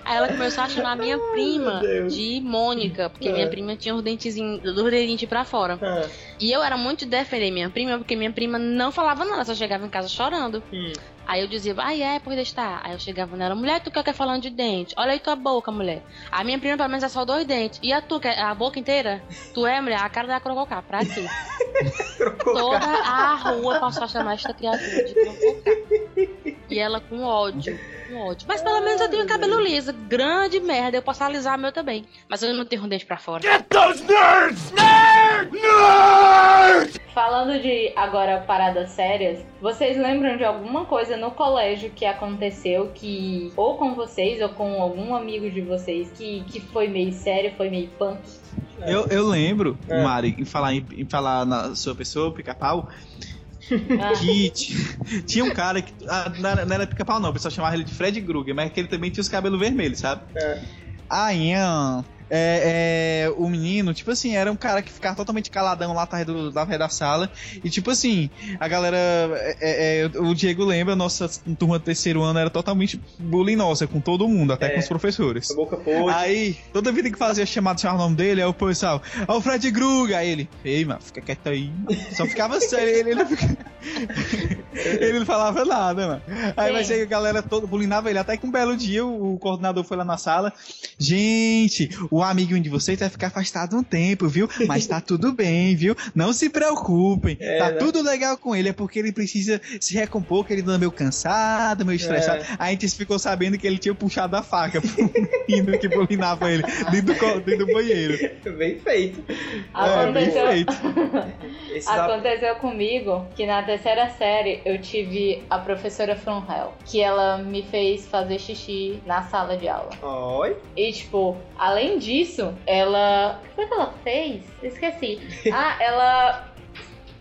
Aí ela começou a chamar a minha prima Deus. de Mônica, porque minha É. prima tinha os dentezinhos, os dentinhos pra fora. Ah. E eu era muito de defender minha prima, porque minha prima não falava nada, só chegava em casa chorando. Hum. Aí eu dizia, ai é, pois está. Aí eu chegava nela, mulher, tu quer que é falando de dente? Olha aí tua boca, mulher. A minha prima, pelo menos, é só dois dentes. E a tu, quer a boca inteira? Tu é, mulher, a cara da crococá, pra quê? Toda a rua passou a chamar esta criatura de crococá. um E ela com ódio, com ódio. Mas pelo menos eu tenho cabelo liso, grande merda, eu posso alisar meu também. Mas eu não tenho um dente pra fora. Falando de agora paradas sérias, vocês lembram de alguma coisa no colégio que aconteceu que, ou com vocês, ou com algum amigo de vocês, que, que foi meio sério, foi meio punk? Eu, eu lembro, É. Mari, em falar, em, em falar na sua pessoa, pica-pau, Ah. que ti- tinha um cara que. ah, não era- não era pica-pau, não, o pessoal chamava ele de Fred Krueger, mas é que ele também tinha os cabelos vermelhos, sabe? É. Aí, ah, é, é, o menino, tipo assim, era um cara que ficava totalmente caladão lá atrás do, da da sala. E tipo assim, a galera. é, é, é, o Diego lembra, a nossa turma do terceiro ano era totalmente bullying nossa, com todo mundo, até É. com os professores. A boca podre. Aí, toda vida que fazia chamada, chamava o nome dele, aí o pessoal, ó o Fred Gruga, aí ele, ei, mano, fica quieto aí. Só ficava sério, ele, ele não fica- *laughs* ele não falava nada, mano. Aí, Sim. mas aí a galera toda bulinava ele, até que um belo dia o, o coordenador foi lá na sala, gente, o amiguinho de vocês vai ficar afastado um tempo, viu? Mas tá tudo bem, viu? Não se preocupem, É, tá né? tudo legal com ele, é porque ele precisa se recompor, que ele anda meio cansado, meio estressado. É. Aí a gente ficou sabendo que ele tinha puxado a faca *laughs* pro menino que bulinava ele dentro do, co- dentro do banheiro. *laughs* Bem feito. É, bem Aconteceu- feito. Esses Ah, a- Aconteceu comigo que na terceira série eu tive a professora From Hell, que ela me fez fazer xixi na sala de aula. Oi. E tipo, além disso, ela. O que foi que ela fez? *laughs* Esqueci. Ah, ela.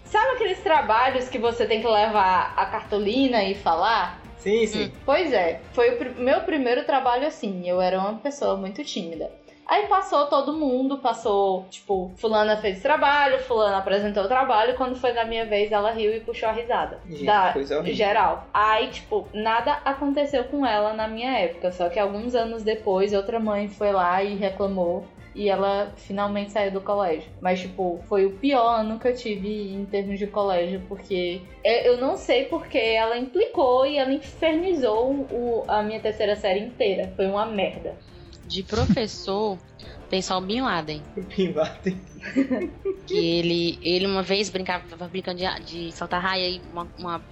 Sabe aqueles trabalhos que você tem que levar a cartolina e falar? Sim, sim. Pois é, foi o pr- meu primeiro trabalho assim. Eu era uma pessoa muito tímida. Aí passou todo mundo, passou, tipo, fulana fez trabalho, fulana apresentou o trabalho, quando foi na minha vez ela riu e puxou a risada. Gente, Hum. da coisa horrível. *laughs* geral. Aí, tipo, nada aconteceu com ela na minha época, só que alguns anos depois outra mãe foi lá e reclamou. E ela finalmente saiu do colégio. Mas, tipo, foi o pior ano que eu tive em termos de colégio, porque é, eu não sei porque ela implicou e ela infernizou o- a minha terceira série inteira. Foi uma merda. De professor, tem só o Bin Laden. Pimbate. Que ele, ele uma vez brincava, tava brincando de, de saltar raia e uma, uma-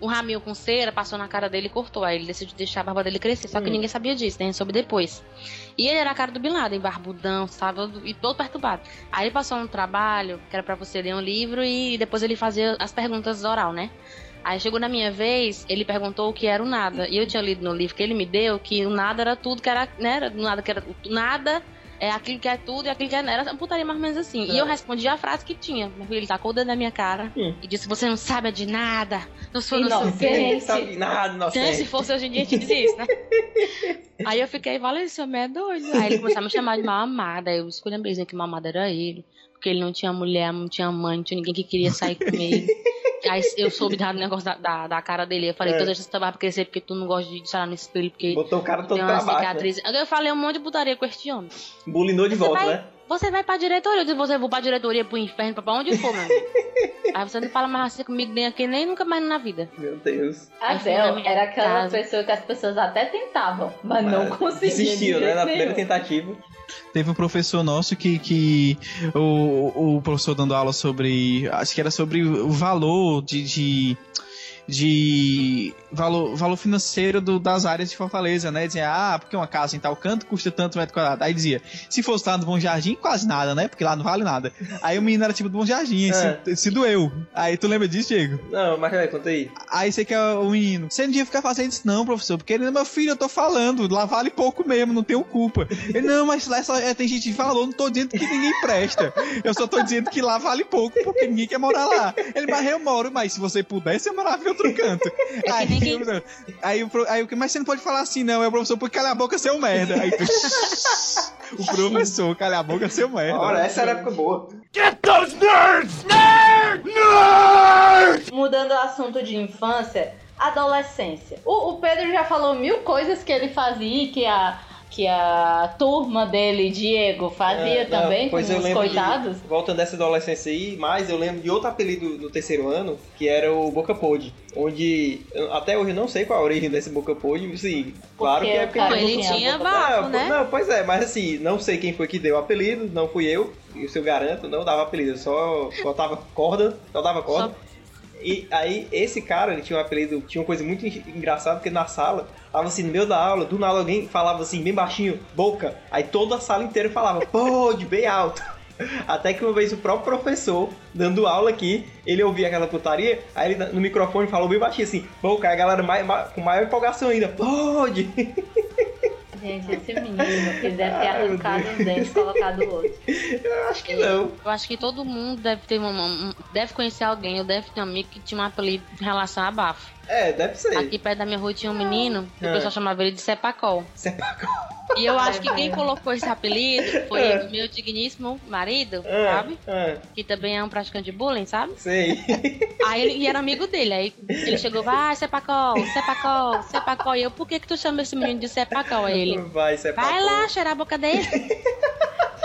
um raminho com cera passou na cara dele e cortou. Aí ele decidiu deixar a barba dele crescer, só que Hum. ninguém sabia disso, né? A gente soube depois. E ele era a cara do Bin Laden, barbudão, sabe? E todo perturbado. Aí ele passou um trabalho, que era pra você ler um livro, e depois ele fazia as perguntas oral, né? Aí chegou na minha vez, ele perguntou o que era o nada. E eu tinha lido no livro que ele me deu que o nada era tudo que era, né? Era o nada que era o nada é aquilo que é tudo e aquilo que é. Era uma putaria mais ou menos assim. E eu respondi a frase que tinha. Meu filho, ele tacou o dedo na minha cara Hum. e disse: Você não sabe de nada. Não sou Inocente. inocente. Gente. Sabe nada, nossa. Se fosse hoje em dia, a gente dizia *laughs* isso, né? Aí eu fiquei, valeu, esse homem é doido. Aí ele começou a me chamar de mamada. Eu escolhi a beijinha que mamada era ele. Porque ele não tinha mulher, não tinha mãe, não tinha ninguém que queria sair com *laughs* ele. Aí eu soube do negócio da, da, da cara dele. Eu falei, É. tu deixa essa barba crescer porque tu não gosta de sarar no espelho, porque Botou o cara todo tem pra uma baixo. Né? cicatriz. Aí Eu falei um monte de putaria com este homem. Bulinou de Você volta, vai- né? Você vai pra diretoria, eu disse, você vou pra diretoria, pro inferno, pra- pra onde for, meu amigo. *laughs* Aí você não fala mais assim comigo nem aqui, nem nunca mais na vida. Meu Deus. A Aí fui é, na Bel minha Assim, era aquela casa. pessoa que as pessoas até tentavam, mas, não conseguiam. Desistiu, de né? jeito Na nenhum. primeira tentativa. Teve um professor nosso que, que o, o professor dando aula sobre. Acho que era sobre o valor de. de de valor, valor financeiro do- das áreas de Fortaleza, né? Dizia, ah, porque uma casa em tal canto custa tanto metro quadrado. Aí dizia, se fosse lá no Bom Jardim, quase nada, né? Porque lá não vale nada. Aí o menino era tipo do Bom Jardim, aí se, se doeu. Aí tu lembra disso, Diego? Não, mas é, conta aí. Aí você quer o menino. Você não devia ficar fazendo isso, não, professor. Porque ele, meu filho, eu tô falando. Lá vale pouco mesmo, não tenho culpa. Ele, não, mas lá só, é, tem gente que falou, não tô dizendo que ninguém presta. Eu só tô dizendo que lá vale pouco, porque ninguém quer morar lá. Ele, mas eu moro, mas se você pudesse, eu morava em outro canto. Aí, ninguém- eu- aí, o pro- aí, o que mas você não pode falar assim, não. É o professor, porque cala a boca, seu merda. Aí, *laughs* o professor, cala a boca, seu merda. Ora, essa era a época boa. Mudando o assunto de infância, adolescência. O, o Pedro já falou mil coisas que ele fazia e que a, que a turma dele, Diego, fazia É, não, também com pois eu os lembro de- coitados. voltando dessa adolescência aí, mas eu lembro de outro apelido do terceiro ano, que era o Boca Pod. Onde, eu- até hoje eu não sei qual a origem desse Boca Pod, mas sim, claro que é porque... o cara ele a tinha boca va- bafo, não, né? não, pois é, mas assim, não sei quem foi que deu o apelido, não fui eu, isso eu garanto, não dava apelido, eu só botava corda, só dava corda. E aí, esse cara, ele tinha um apelido, tinha uma coisa muito en- engraçada, porque na sala, tava assim, no meio da aula, do nada alguém falava assim, bem baixinho, boca. Aí toda a sala inteira falava, pode, bem alto. *laughs* Até que uma vez o próprio professor, dando aula aqui, ele ouvia aquela putaria, aí ele na- no microfone falou bem baixinho assim, boca, aí a galera mai- ma- com maior empolgação ainda, pode. Gente, esse menino que deve ter Ai, meu arrancado um dente e colocado outro. Eu acho que não. Eu acho que todo mundo deve ter uma, um- deve conhecer alguém, eu deve ter um amigo que tinha um apelido em relação a bafo. É, deve ser. Aqui perto da minha rua tinha um menino, que É. o pessoal chamava ele de Sepacol. Sepacol. E eu acho que Ai, quem meu. colocou esse apelido foi É. o meu digníssimo marido, Ah, sabe? ah, Que também é um praticante de bullying, sabe? sei. Aí ele e era amigo dele. Aí ele chegou, vai, Sepacol, Sepacol, Sepacol. E eu, por que que tu chama esse menino de Sepacol? Aí ele, *laughs* Vai, é Sepacol. vai lá, cheirar a boca dele.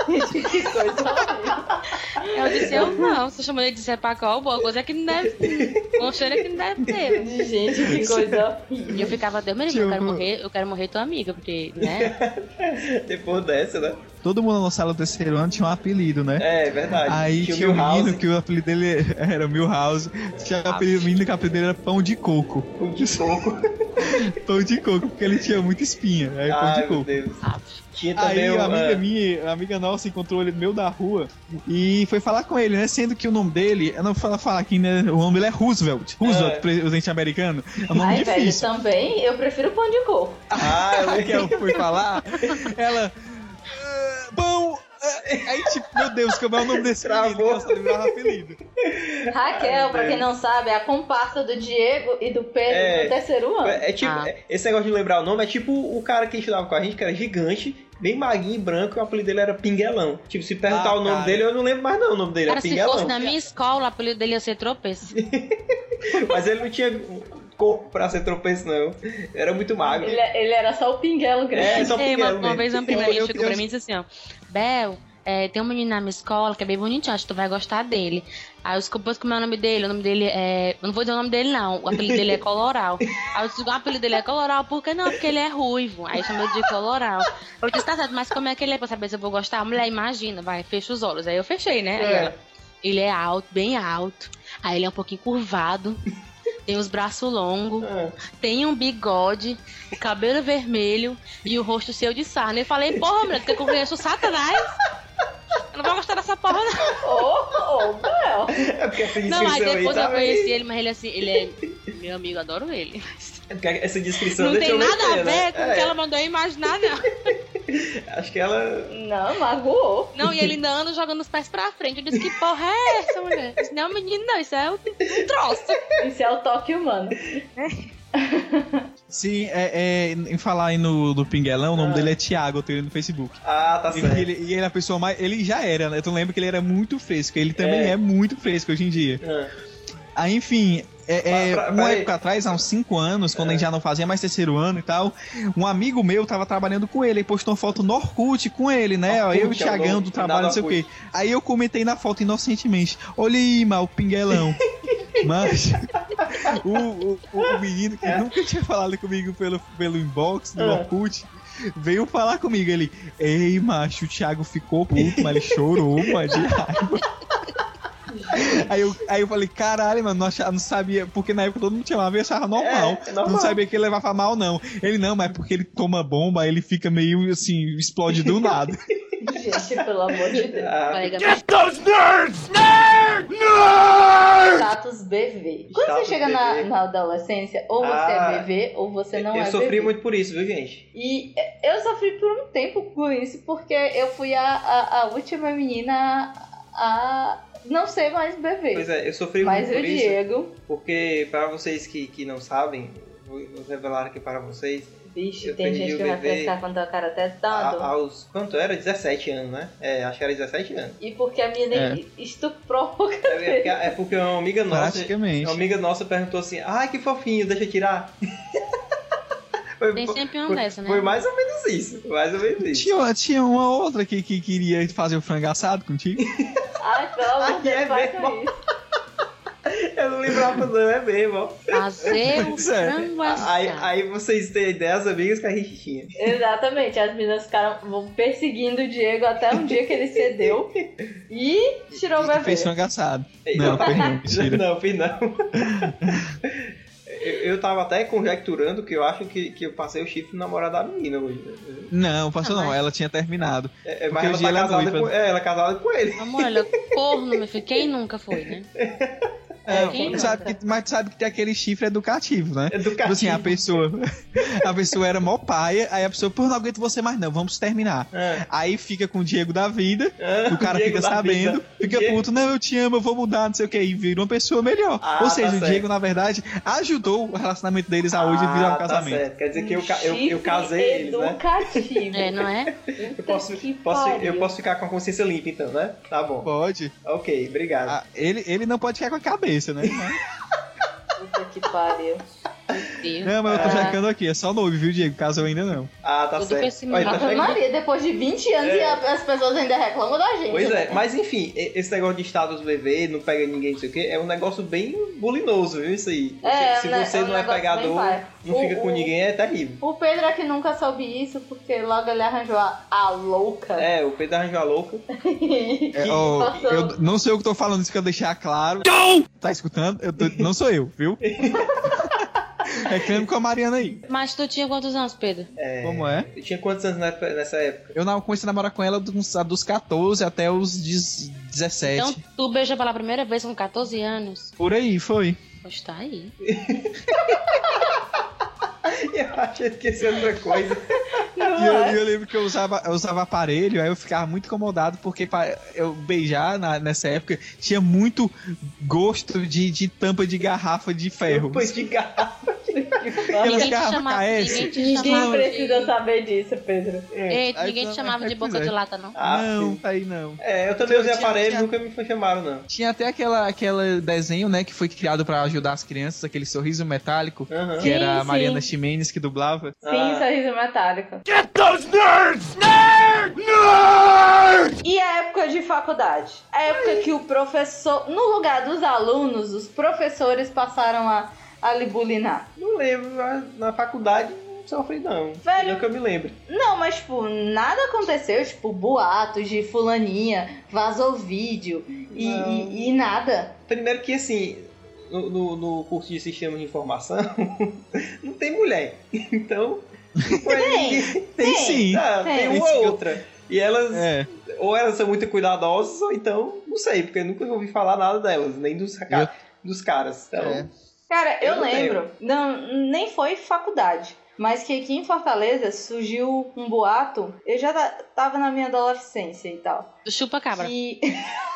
Que coisa horrível. Eu disse, eu não, você chamou ele de Sepacol, boa coisa é que não deve ter. Um cheiro é que não deve ter. Gente, que coisa horrível. E eu ficava, Deus me livre, eu quero horror. morrer, eu quero morrer tua *laughs* amiga, porque, né? *laughs* Depois dessa, né? Todo mundo na nossa sala do terceiro ano tinha um apelido, né? É, verdade. Aí tinha, um Milhouse, menino que o apelido dele *laughs* era Milhouse. Tinha um apelido, menino que o apelido dele era Pão de Coco. um de soco. *laughs* Pão de Coco, porque ele tinha muita espinha. Aí Pão Ai, de meu Coco. Deus. Sabe? Tinha também um, Aí o é. a amiga minha, a amiga nossa, encontrou ele no meio da rua e foi falar com ele, né? Sendo que o nome dele, eu não vou falar- falar aqui, né? O nome dele é Roosevelt. Roosevelt, É. presidente americano. É um nome Ai, velho, tá difícil. também eu prefiro pão de coco. Ah, *laughs* eu Aí que é lembro. eu fui falar, ela. "Ah, Bom. ah", Aí, tipo, meu Deus, como é o nome desse Travou. menino? que Ela só lembrava apelido. Raquel, Ai, pra quem Deus. não sabe, é a comparsa do Diego e do Pedro É. no terceiro ano. É tipo, Ah. é- esse negócio de lembrar o nome é tipo o cara que estudava com a gente, que era gigante, bem maguinho e branco, e o apelido dele era Pinguelão. Tipo, se perguntar Ah, o nome cara. dele, eu não lembro mais não o nome dele, Cara, é se Pinguelão. fosse na minha escola, o apelido dele ia ser tropeço. *laughs* Mas ele não tinha corpo pra ser tropeço, não. Era muito magro. Ele, ele era só o pinguelo grande. *laughs* É, só Ei, Pinguelo uma, uma mesmo. vez uma Eu- primeira eu- chegou eu- pra mim e disse assim, ó, Bel, é, tem um menino na minha escola que é bem bonitinho, acho que tu vai gostar dele. Aí eu disse, "Pô, como é o nome dele? O nome dele é. Eu não vou dizer o nome dele, não. O apelido dele *laughs* é Coloral. Aí eu disse, o apelido dele é Coloral, por que não? Porque ele é ruivo. Aí chamou de Coloral. Eu disse, tá certo, mas como é que ele é pra saber se eu vou gostar? A mulher, imagina, vai, fecha os olhos. Aí eu fechei, né? Aí É. ela, ele é alto, bem alto. Aí ele é um *laughs* pouquinho curvado. Tem os braços longos, Ah, tem um bigode, o cabelo vermelho e o rosto cheio de sarna. Eu falei, porra, mulher, tu quer que eu conheço o Satanás? Eu não vou gostar dessa porra, não. Ô, ô, Bel. é porque essa Não, descrição mas aí depois tá eu conheci ele, mas ele assim, ele é meu amigo, adoro ele. É porque essa descrição Não deixa eu tem nada a meter, né? ver com o que ela mandou eu imaginar, não. É, Acho que ela Não, magoou. Não, e ele andando, jogando os pés pra frente. Eu disse, que porra é essa, mulher? Isso não é um menino, não, isso é um um troço. Isso é o toque humano. Sim, é, é, em falar aí no, no Pinguelão, o nome Ah. dele é Thiago, eu tenho ele no Facebook. Ah, tá E certo. ele, e ele é a pessoa mais. Ele já era, né? Tu lembra que ele era muito fresco. Ele também É. é, muito fresco hoje em dia. Ah, Aí, enfim, é, é, Pra- É. pra- uma pra- época atrás, há uns 5 anos, quando a gente já não fazia mais terceiro ano e tal, um amigo meu tava trabalhando com ele. Aí postou uma foto no Orkut com ele, né? Orkut, eu e é o o Thiagão nome do do trabalho, não sei o Orkut. quê. Aí eu comentei na foto inocentemente: Olha aí, mal, *laughs* Pinguelão. Mas o, o, o menino que nunca tinha falado comigo pelo, pelo inbox do Ah. Orkut veio falar comigo. Ele, ei, macho, o Thiago ficou puto, mas ele chorou, *laughs* mano, de raiva. Aí eu, aí eu falei, caralho, mano, não, achava, não sabia, porque na época todo mundo chamava e eu achava normal. É, é normal. Não sabia que ele levava mal, não. Ele não, mas é porque ele toma bomba, ele fica meio assim, explode *laughs* do nada. Gente, pelo amor de Deus. ah, Colega, Status BV. Quando Status você chega na, BV. na adolescência, ou você Ah, é BV, ou você não eu é sofri BV. muito por isso, viu, gente? E eu sofri por um tempo com isso, porque eu fui a, a, a última menina a não ser mais bebê. Pois é, eu sofri Mas muito o por isso. Diego, Porque, pra vocês que, que não sabem, vou, vou revelar aqui para vocês. bicho, Eu tem perdi gente o Ah, que vai bebê. ficar com a tua cara até a- dando. aos. Quanto era? 17 anos, né? É, acho que era 17 anos. E porque a minha nem estuprou. *laughs* É porque, é porque uma amiga nossa. Praticamente. Uma amiga nossa perguntou assim: ai, que fofinho, deixa eu tirar. *laughs* foi, tem sempre um foi- dessa, né? foi mais ou menos isso. Mais ou menos isso. Tinha, tinha uma outra que, que queria fazer o frango assado contigo. Ai, pelo amor de Aqui é Deus, faz mesmo. isso. Eu não lembrava, não, é mesmo. ó. Fazer o Pois é. frango Aí, assado. aí vocês têm ideia das amigas que a gente tinha. Exatamente, as meninas ficaram perseguindo o Diego até um dia que ele cedeu e tirou o bebê. Fez frango assado. Ei, Não, fez não, mentira. *laughs* Não, fiz não. Eu, eu tava até conjecturando que eu acho que, que eu passei o chifre no namorado da menina hoje. Não, passou Ah, não, mas- ela tinha terminado. É, é, Porque mas ela hoje tá ela é casada noiva. com, é, ela é casada com ele. *laughs* Amor, ele é corno, meu filho. Quem nunca foi, né? É, É, quem tu sabe que, mas tu sabe que tem aquele chifre educativo, né? É do Tipo assim, a cachimbo. pessoa. *laughs* A pessoa era mó paia, aí a pessoa, pô, não aguento você mais, não, vamos terminar. É. Aí fica com o Diego da vida, É, o cara Diego fica da sabendo, vida. fica Diego- puto, não, eu te amo, eu vou mudar, não sei o que, e vira uma pessoa melhor. Ah, Ou tá seja, o certo. Diego, na verdade, ajudou o relacionamento deles a hoje Ah, virar um tá casamento. certo. Quer dizer que eu, ca- eu, eu Chifre casei eles, né? educativo. É, não é? Puta Eu posso, que posso, pariu. eu posso ficar com a consciência limpa, então, né? Tá bom. Pode. Ok, obrigado. Ah, ele, ele não pode ficar com a cabeça, né? Mas- Puta que pariu. Deus. Não, mas eu tô Ah. jacando aqui, é só noivo, viu, Diego? Casou ainda não. Ah, tá Tudo com certo. esse Olha, tá mapa, Ave chegando- Maria, depois de 20 anos É. e a- as pessoas ainda reclamam da gente. Pois né? é, mas enfim, e- esse negócio de status bebê, não pega ninguém, não sei o que, é um negócio bem bulinoso, viu? Isso aí. É, se se né, você é um não é negócio pegador, bem pai. não O- fica com o- ninguém, é terrível. O Pedro é que nunca soube isso, porque logo ele arranjou a, a louca. *laughs* É, o Pedro arranjou a louca. É, ó, passou. eu não sei o que tô falando, isso que eu deixar claro. Tá escutando? Eu tô- não sou eu, *laughs* viu? Reclame com a Mariana aí. Mas tu tinha quantos anos, Pedro? É, Como é? Eu tinha quantos anos na época- nessa época? *laughs* Eu não comecei a namorar com ela dos, dos 14 até os 10 17. Então, tu beijou pela primeira vez com 14 anos. Por aí, foi. Pois tá aí. Eu achei que ia ser é outra coisa. E é? eu, e eu lembro que eu usava, eu usava aparelho, aí eu ficava muito incomodado, porque pra eu beijar na- nessa época tinha muito gosto de, de tampa de garrafa de ferro. Depois de garrafa. Aquelas Ninguém te garrafas chamava, KS. ninguém te Ninguém chamava precisa de... saber disso, Pedro. Ei, Aí ninguém te tu- chamava aí de tu boca vê. de lata, não. Ah, não, sim. tá aí não. É, eu também usei Tinha- aparelho tinha- nunca me chamaram, não. Tinha até aquela, aquela desenho, né, que foi criado pra ajudar as crianças, aquele sorriso metálico, Aham. que Sim, era a sim. Mariana Ximenes que dublava. Sim, Ah. sorriso metálico. Get those nerds! E é faculdade. A época que o professor. No lugar dos alunos, os professores passaram a, a lhe bulinar. Não lembro, mas na faculdade não sofri não. Velho. Não que eu me lembre. Não, mas, tipo, nada aconteceu. Tipo, boatos de fulaninha, vazou vídeo e, Não. e- e nada. Primeiro que assim, no, no- no curso de sistemas de informação, *laughs* não tem mulher. Então, tipo, *laughs* aí- Tem Tem. sim. Ah, tem Tem. uma ou outra. E elas, É, ou elas são muito cuidadosas, ou então, não sei, porque eu nunca ouvi falar nada delas, nem dos, ca- dos caras. Então, É. Cara, eu, Eu não lembro. Não, nem foi faculdade. Mas que aqui em Fortaleza surgiu um boato. Eu já ta- tava na minha adolescência e tal. Do chupa-cabra. Que. *laughs*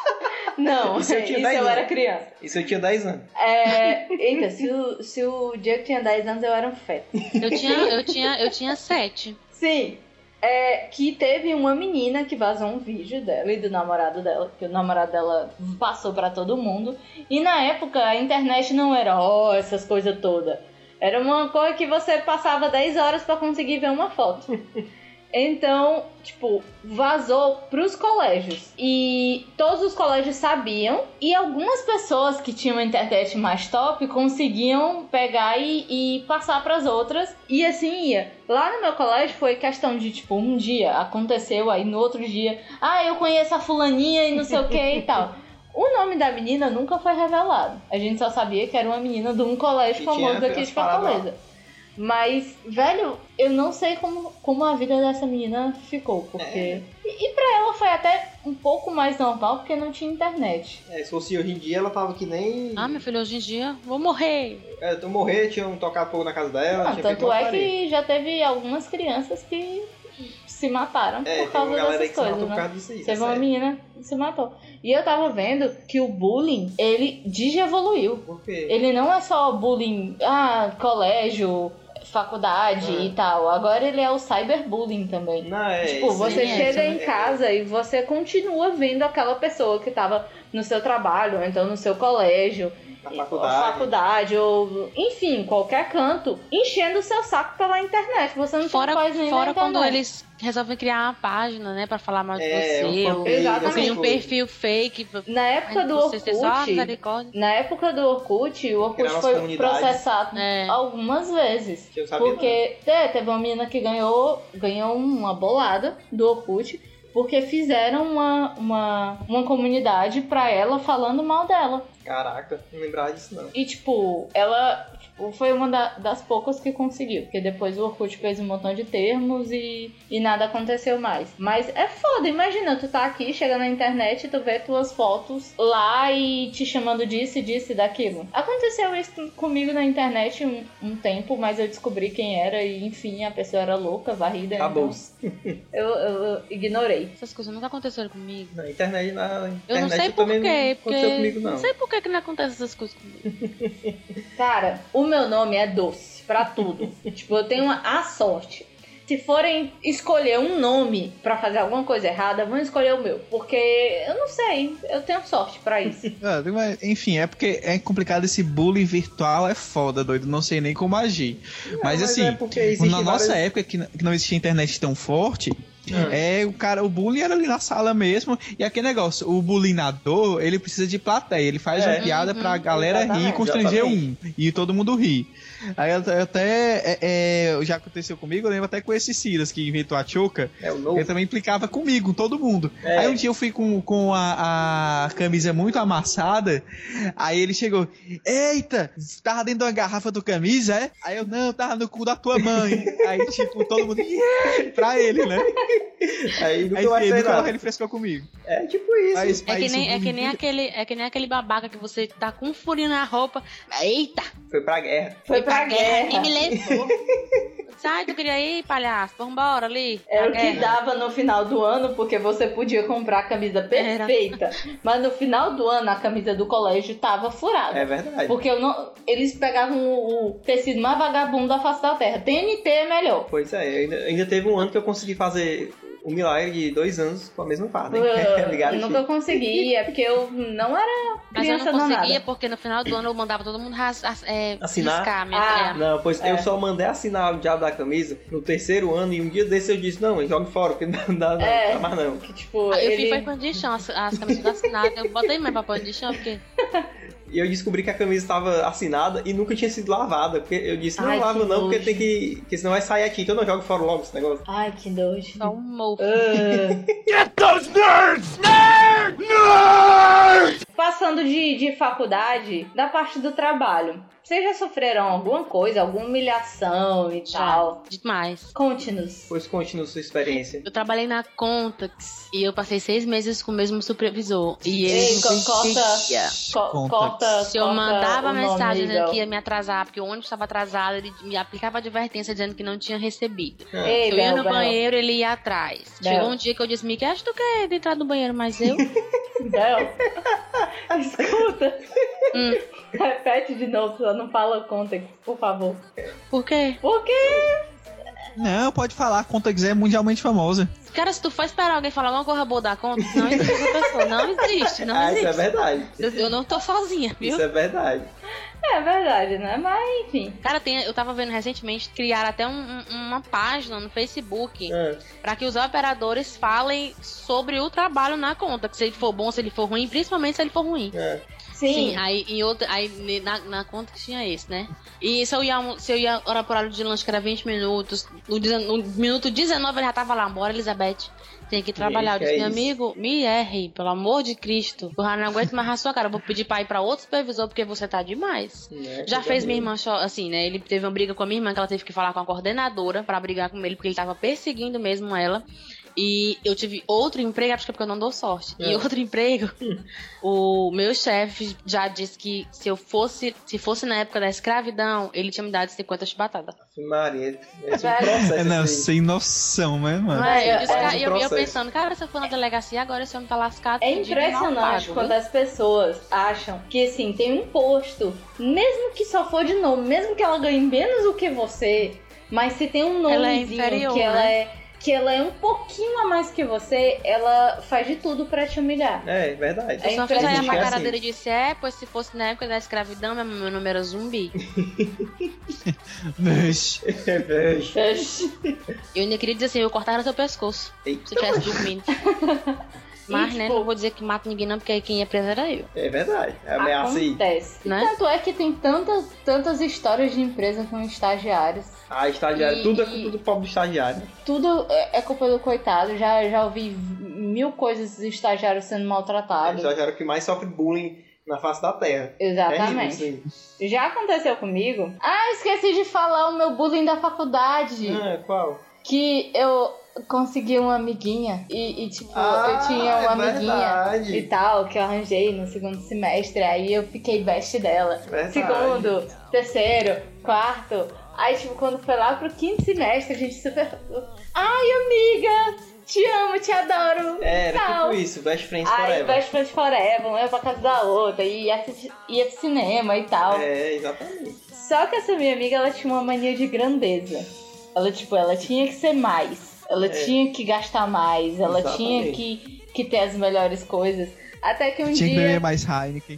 Não, Isso isso eu né? tinha dez eu era anos. criança. isso eu tinha 10 anos. É, eita, se o, se o Diego tinha 10 anos, eu era um feto. Eu tinha, eu tinha, eu tinha sete. Sim. É, que teve uma menina que vazou um vídeo dela e do namorado dela, que o namorado dela passou pra todo mundo. E na época a internet não era, ó, essas coisas todas. Era uma coisa que você passava 10 horas pra conseguir ver uma foto. Então, tipo, vazou pros colégios. E todos os colégios sabiam. E algumas pessoas que tinham a internet mais top conseguiam pegar e, e passar pras outras. E assim ia. Lá no meu colégio foi questão de, tipo, um dia aconteceu, aí no outro dia, ah, eu conheço a fulaninha e não sei o que e tal. O nome da menina nunca foi revelado. A gente só sabia que era uma menina de um colégio Que famoso tinha daqui de as paradas lá. Fortaleza. Mas, velho, eu não sei como, como a vida dessa menina ficou, É. porque. E, e pra ela foi até um pouco mais normal, porque não tinha internet. É, se fosse hoje em dia, ela tava que nem. Ah, meu filho, hoje em dia vou morrer. É, eu morrer, tinham tocado fogo na casa dela. Não, tinha feito tanto uma é farinha. que já teve algumas crianças que se mataram É, por tem uma causa galera dessas aí que se matou coisas, por né? causa disso é. aí. Teve uma sério. menina que se matou. E eu tava vendo que o bullying, ele digievoluiu. Por quê? Ele não é só bullying, ah, colégio, faculdade Ah. e tal. Agora ele é o cyberbullying também. Não, é. Tipo, isso aí você é, chega é, em é. casa e você continua vendo aquela pessoa que tava no seu trabalho, ou então no seu colégio, Na e- faculdade. ou faculdade, ou enfim, qualquer canto, enchendo o seu saco pela internet. Você não Fora, tem paz nem né? na fora internet. quando eles resolvem criar uma página, né, pra falar mal de É, você. um ou fanpage, Exatamente. essas Cria um coisas. perfil fake pra Na época do você ser só a Orkut, misericórdia. na época do Orkut, o Orkut Criar umas foi comunidades. processado É. algumas vezes. Eu sabia Porque é, teve uma menina que ganhou, ganhou uma bolada do Orkut, porque fizeram uma, uma, uma comunidade pra ela falando mal dela. não. Caraca, não lembrava disso não. E tipo, ela tipo, foi uma da- das poucas que conseguiu. Porque depois o Orkut fez um montão de termos e, e nada aconteceu mais. Mas é foda, imagina, tu tá aqui, chega na internet, tu vê tuas fotos lá e te chamando disso, disso e daquilo. Aconteceu isso comigo na internet um, um tempo, mas eu descobri quem era e enfim, a pessoa era louca, varrida. Acabou. É. então Eu, eu ignorei. Essas coisas nunca aconteceram comigo. Na internet, na internet Eu não sei por também quê, não porque aconteceu comigo não. não sei por que que não acontecem essas coisas comigo. Cara, o meu nome é doce pra *laughs* tudo. tipo, eu tenho a sorte. Se forem escolher um nome pra fazer alguma coisa errada, vão escolher o meu, porque eu não sei, eu tenho sorte pra isso. Ah, mas, enfim, é porque é complicado esse bullying virtual, é foda, doido. Não sei nem como agir. Não, mas, assim, é porque existe Na nossa várias- época, que n- que não existia internet tão forte, Ah. é o cara, o bullying era ali na sala mesmo. E aquele negócio, o bulinador, ele precisa de plateia. Ele faz É. uma piada Uhum, pra galera rir e exatamente. constranger um. E todo mundo ri. Aí até, até, é, é, já aconteceu comigo, eu lembro até com esse Silas que inventou a choca. É o novo. Ele também implicava comigo, todo mundo. É. Aí um dia eu fui com, com a, a camisa muito amassada. Aí ele chegou: Eita, tava dentro de uma garrafa do camisa, é? Aí eu, não, tava no cu da tua mãe. aí, tipo, todo mundo, *laughs* yeah! pra ele, né? Aí Aí nunca vai ele, sair nunca mais nada. ele frescou comigo. É tipo isso. Aí, É aí que, isso nem, é, que nem muito- aquele, é que nem aquele babaca que você tá com um furinho na roupa. Eita! Foi pra guerra. *laughs* Foi pra E guerra. me levou. *laughs* Sai, tu queria ir, palhaço? Vambora ali. Era É o Pra que guerra. dava no final do ano, porque você podia comprar a camisa perfeita, mas no final do ano a camisa do colégio tava furada. É verdade. Porque eu não- eles pegavam o, o tecido mais vagabundo da face da terra. TNT é melhor. Pois é, ainda, ainda teve um ano que eu consegui fazer o milagre de dois anos com a mesma farda. *laughs* Ah, hein? Obrigado, eu Chico. Ah, nunca consegui, é porque eu não era Mas eu criança não conseguia danada. porque no final do ano eu mandava todo mundo ras, as- é, Assinar? riscar a minha Ah. é. Não, pois É. eu só mandei assinar o diabo da camisa no terceiro ano e um dia desse eu disse, não, jogue fora, porque não dá, não, É. dá mais não. Que, tipo, Ah, Eu ele... fiz pra pano de chão, as, as camisetas assinadas. Eu botei mais pra pano de chão, porque. E eu descobri que a camisa estava assinada e nunca tinha sido lavada. Porque eu disse, não Ai, lava que não, porque nojo. tem que. Porque senão vai sair aqui, então eu não jogo fora logo esse negócio. Ai, que nojo. Só um mofo. Ah. Passando de, de faculdade, da parte do trabalho. Vocês já sofreram alguma coisa, alguma humilhação e Já. tal? Demais. Conte-nos. Pois continua sua experiência. Eu trabalhei na Contax e eu passei seis meses com o mesmo supervisor. E ele Ei, não co- conseguia. corta, co- Conta. corta, Se eu corta mandava o nome, mensagem dizendo Igor. que ia me atrasar, porque o ônibus estava atrasado, ele me aplicava advertência dizendo que não tinha recebido. Ah, Ei, eu ia Bel, no Bel. banheiro, ele ia atrás. Bel. Chegou um dia que eu disse, Miki, acho que tu quer entrar no banheiro, *laughs* mas eu. Bel, *laughs* escuta. Hum. Repete de novo, só não fala conta, por favor. Por quê? Por quê? Não, pode falar, conta quiser é mundialmente famosa. Cara, se tu for esperar alguém falar alguma coisa boa da conta, não existe essa pessoa. Não existe, não ah, isso é existe. verdade. Eu, eu não tô sozinha, viu? Isso é verdade. É verdade, né? Mas, enfim. Cara, tem, eu tava vendo recentemente, criaram até um- um- uma página no Facebook É. Ah, pra que os operadores falem sobre o trabalho na conta. Que se ele for bom, se ele for ruim, principalmente se ele for ruim. ah. Sim. aí, em outra, aí ne- na, na conta tinha esse, né? E se eu ia, almo- se eu ia hora por hora de lanche, que era 20 minutos, no, dezen- no minuto 19 ele já tava lá, bora, Elizabeth. Tem que trabalhar. Eu que disse, é meu isso?" amigo, me erre, pelo amor de Cristo. Eu já não aguento mais a sua cara. Eu vou pedir pra ir pra outro supervisor, porque você tá demais. Né, Já que fez minha bonito. irmã chorar, assim, né? Ele teve uma briga com a minha irmã, que ela teve que falar com a coordenadora pra brigar com ele, porque ele tava perseguindo mesmo ela. E eu tive outro emprego, acho que é porque eu não dou sorte. E É. outro emprego, o meu chefe já disse que se eu fosse, se fosse na época da escravidão, ele tinha me dado 50 chibatadas. Maria, esse é um Velho. processo. É, não, assim. sem noção, né, mano? Mas Aí eu é- disse, é cara, um e eu, e eu processo. pensando, cara, se eu for na delegacia agora, esse homem tá lascado. É fudido e mal impressionante pago, quando as pessoas acham que assim, tem um posto, mesmo que só for de nome, mesmo que ela ganhe menos do que você, mas se tem um Ela é nomezinho inferior, que ela né? é que ela é um pouquinho a mais que você, ela faz de tudo pra te humilhar. É, verdade. Eu É só fiz olhar impressionante. pra cara Assim. dele e disse, é, pois se fosse na época da escravidão, meu, meu nome era zumbi. Mas- É verdade. Eu ainda queria dizer assim, eu cortava seu pescoço. Eita. Se eu tivesse *laughs* dormindo. Mas, E, né, tipo- não vou dizer que mato ninguém não, porque aí quem ia preso era eu. É verdade. É ameaça aí. Acontece. né? Tanto é que tem tantas, tantas histórias de empresa com estagiários. Ah, estagiário. E- Tudo é e- culpa do pobre do estagiário. Tudo é é culpa do coitado. Já, já ouvi mil coisas de estagiário sendo É o maltratado. estagiário que mais sofre bullying na face da terra. É Exatamente. horrível isso Já aconteceu comigo. Ah, esqueci de falar o meu bullying da faculdade. aí. Ah, qual? Que eu consegui uma amiguinha. E, e, tipo, eu tinha uma é amiguinha Verdade. e tal, que eu arranjei no segundo semestre. Aí eu fiquei best dela. É Verdade. Segundo, terceiro, quarto. Aí, tipo, quando foi lá pro quinto semestre, a gente super. Ai, amiga! Te amo, te adoro! É, era Não. tipo isso, Best Friends Ai, Forever. best friends forever, uma ia pra casa da outra, e ia, assisti- ia pro cinema e tal. É, exatamente. Só que essa minha amiga, ela tinha uma mania de grandeza. Ela, tipo, ela tinha que ser mais. Ela É. tinha que gastar mais. Ela Exatamente. tinha que, que ter as melhores coisas. Até que um Tinha que beber dia... mais Heineken.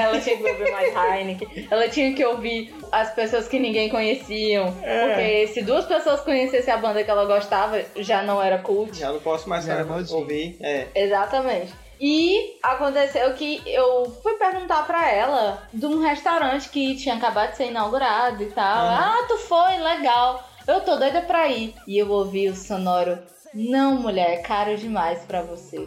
*laughs* ela tinha que beber mais Heineken. Ela tinha que ouvir as pessoas que ninguém conheciam. É. É. Porque se duas pessoas conhecessem a banda que ela gostava, já não era cult. já não posso mais Já era falar- maldito. ouvir. É. Exatamente. E aconteceu que eu fui perguntar pra ela de um restaurante que tinha acabado de ser inaugurado e tal. Aham. Ah, tu foi, legal. Eu tô doida pra ir. E eu ouvi o sonoro. Não, mulher, é caro demais pra você.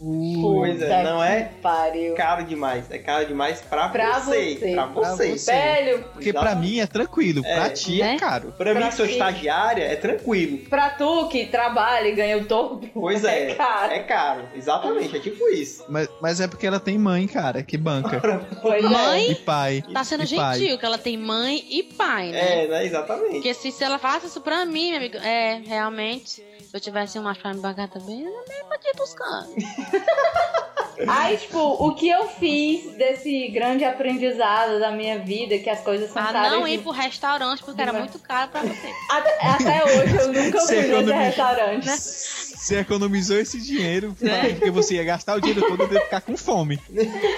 Ui. Pois é, Puta não é? que Pariu. Caro demais. É caro demais pra, Pra você. você. Pra Pra você. você. Velho, Porque pra mim é tranquilo, É. pra ti é Né? caro. Pra mim, Pra que sou ti. estagiária, é tranquilo. pra tu que trabalha e ganha o dobro. *laughs* Pois é. É caro. É caro. Exatamente, é tipo isso. Mas, mas é porque ela tem mãe, cara, que banca. Pois é. Mãe E pai. tá sendo e pai. gentil, que ela tem mãe e pai, né? É, né? Exatamente. Porque se, se ela falasse isso pra mim, meu amigo, é, realmente, se eu tivesse um macho pra me bancar também, eu não ia podia buscar. Aí, tipo, o que eu fiz desse grande aprendizado da minha vida, que as coisas são Ah, caras não de ir pro restaurante, porque era Não. muito caro pra você. Até, até hoje eu nunca fui Você nesse economiza. né? restaurante. Você economizou esse dinheiro É. né? porque você ia gastar o dinheiro todo e ia ficar com fome.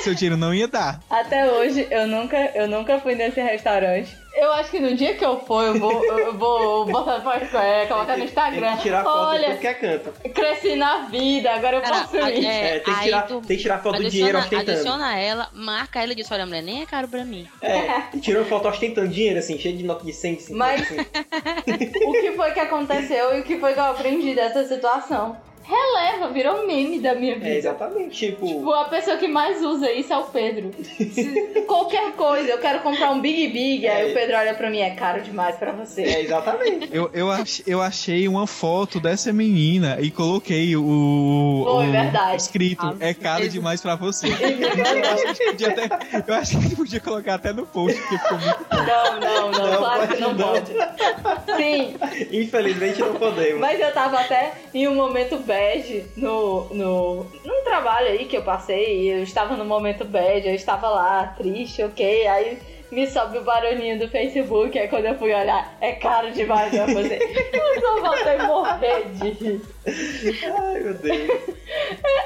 Seu dinheiro não ia dar. Até hoje, eu nunca, eu nunca fui nesse restaurante. Eu acho que no dia que eu for, eu vou, eu vou botar no Foursquare, colocar no Instagram. Tem que tirar foto de Olha, tudo que é canto. cresci na vida, agora eu Cara, posso a- ir. é, É, tem, que aí tirar, tu tem que tirar foto do dinheiro adiciona, ostentando. adiciona ela, marca ela e diz: Olha, mulher, nem é caro pra mim. É, e tirou foto ostentando dinheiro, assim, cheio de nota de 100, 50. Mas- assim. O que foi que aconteceu e o que foi que eu aprendi dessa situação? Releva, virou um meme da minha É, vida. exatamente. *laughs* Tipo, Tipo, a pessoa que mais usa isso é o Pedro. Se- Qualquer coisa, eu quero comprar um Big Big, aí o Pedro olha pra mim, é caro demais pra você. *laughs* é, exatamente. Eu, eu, ach- eu achei uma foto dessa menina e coloquei o. Foi, o- verdade. Escrito, é Ah, é caro mesmo. demais pra você. eu, acho que podia até, eu acho que podia colocar até no post, porque ficou muito. Não, não, não, Não, claro que pode não não. pode. Sim, Infelizmente não podemos. Mas eu tava até em um momento bad no, no, num trabalho aí que eu passei. Eu estava no momento bad, eu estava lá triste, ok. Aí me sobe o barulhinho do Facebook. Aí quando eu fui olhar, é caro demais pra fazer. eu só voltei a morrer de rir. Ai, meu Deus.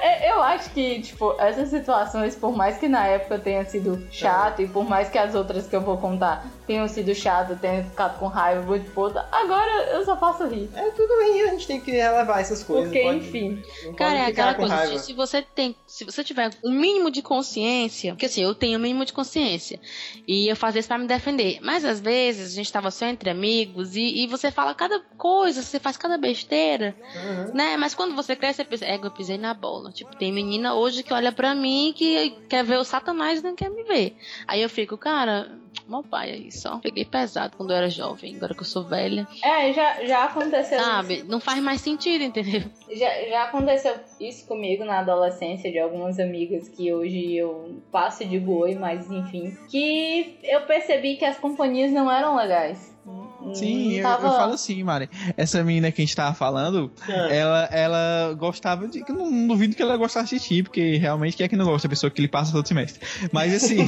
É, Eu acho que, tipo, essas situações, por mais que na época tenha sido chato, e por mais que as outras que eu vou contar tenham sido chato, tenham ficado com raiva, muito puta, agora eu só faço rir. É, tudo bem, a gente tem que relevar essas coisas. Porque, pode- enfim. Não pode Cara, é ficar aquela com coisa, raiva. se, se você tem, se você tiver um mínimo de consciência, porque assim, eu tenho o mínimo de consciência, e eu fazia isso pra me defender, mas às vezes a gente tava só entre amigos, e, e você fala cada coisa, você faz cada besteira, Aham. né, mas quando você cresce, você pensa, é, eu pisei na bola, tipo, tem menina hoje que olha pra mim, que quer ver o satanás e não quer me ver, aí eu fico, cara, meu pai aí só, peguei pesado quando eu era jovem, agora que eu sou velha, É, já, já Então. aconteceu isso. sabe, não faz mais sentido, entendeu? Já, já aconteceu isso comigo na adolescência de algumas amigas que hoje eu passo de boi, mas enfim. Que eu percebi que as companhias não eram legais. Não Sim, eu, Hum, tava- eu falo assim, Mari. Essa menina que a gente tava falando, ela, ela gostava de. eu Não, não duvido que ela gostasse de ti, porque realmente quem é que não gosta? A pessoa que lhe passa todo semestre. Mas assim.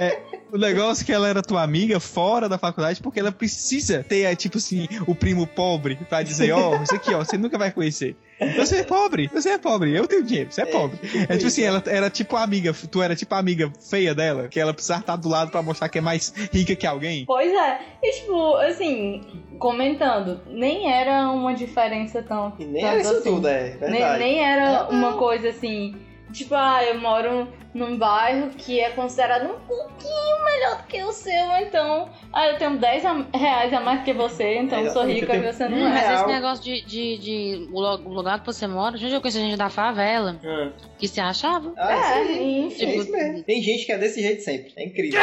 é, o negócio é que ela era tua amiga fora da faculdade, porque ela precisa ter, é, tipo assim, o primo pobre pra dizer, ó, isso aqui, ó, você nunca vai conhecer. Você é pobre, você é pobre, eu tenho dinheiro, você é pobre. É tipo assim, ela era tipo a amiga, tu era tipo a amiga feia dela, que ela precisava estar do lado pra mostrar que é mais rica que alguém. Pois é, e tipo, assim, comentando, nem era uma diferença tão. E nem tanto era isso assim. tudo, é Nem, verdade. nem era uma coisa assim. Tipo, ah, eu moro num bairro que é considerado um pouquinho melhor do que o seu, então. Ah, eu tenho 10 a- reais a mais que você, então eu sou Exatamente, rica eu e tenho você um não Mas é. real. esse negócio de, de, de o lo- o lugar que você mora, gente, eu conheço gente da favela Ah, que se achava. Ah, É, sim. Tipo, enfim. É isso mesmo. Tem gente que é desse jeito sempre. É incrível.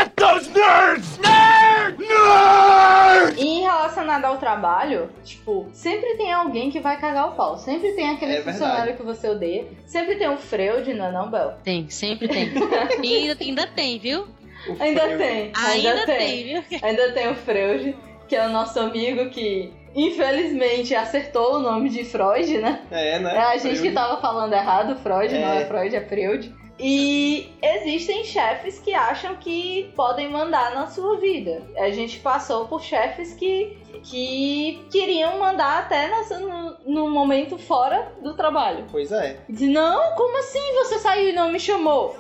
E relacionado ao trabalho, tipo, sempre tem alguém que vai cagar o pau. Sempre tem aquele É verdade. funcionário que você odeia. Sempre tem um freude, não é não, Bel? Tem, sempre tem. E ainda, ainda tem, viu? O *laughs* Ainda frio. tem. *laughs* Ainda, tem. viu? Ainda tem o Freud, que é o nosso amigo que infelizmente acertou o nome de Freud, né? É, né? É a gente Frio. que tava falando errado, Freud, não é É. Freud, é Freud. E existem chefes que acham que podem mandar na sua vida. A gente passou por chefes que, que queriam mandar até nas- no, no momento fora do trabalho. Pois é. Diz, não, como assim você saiu e não me chamou?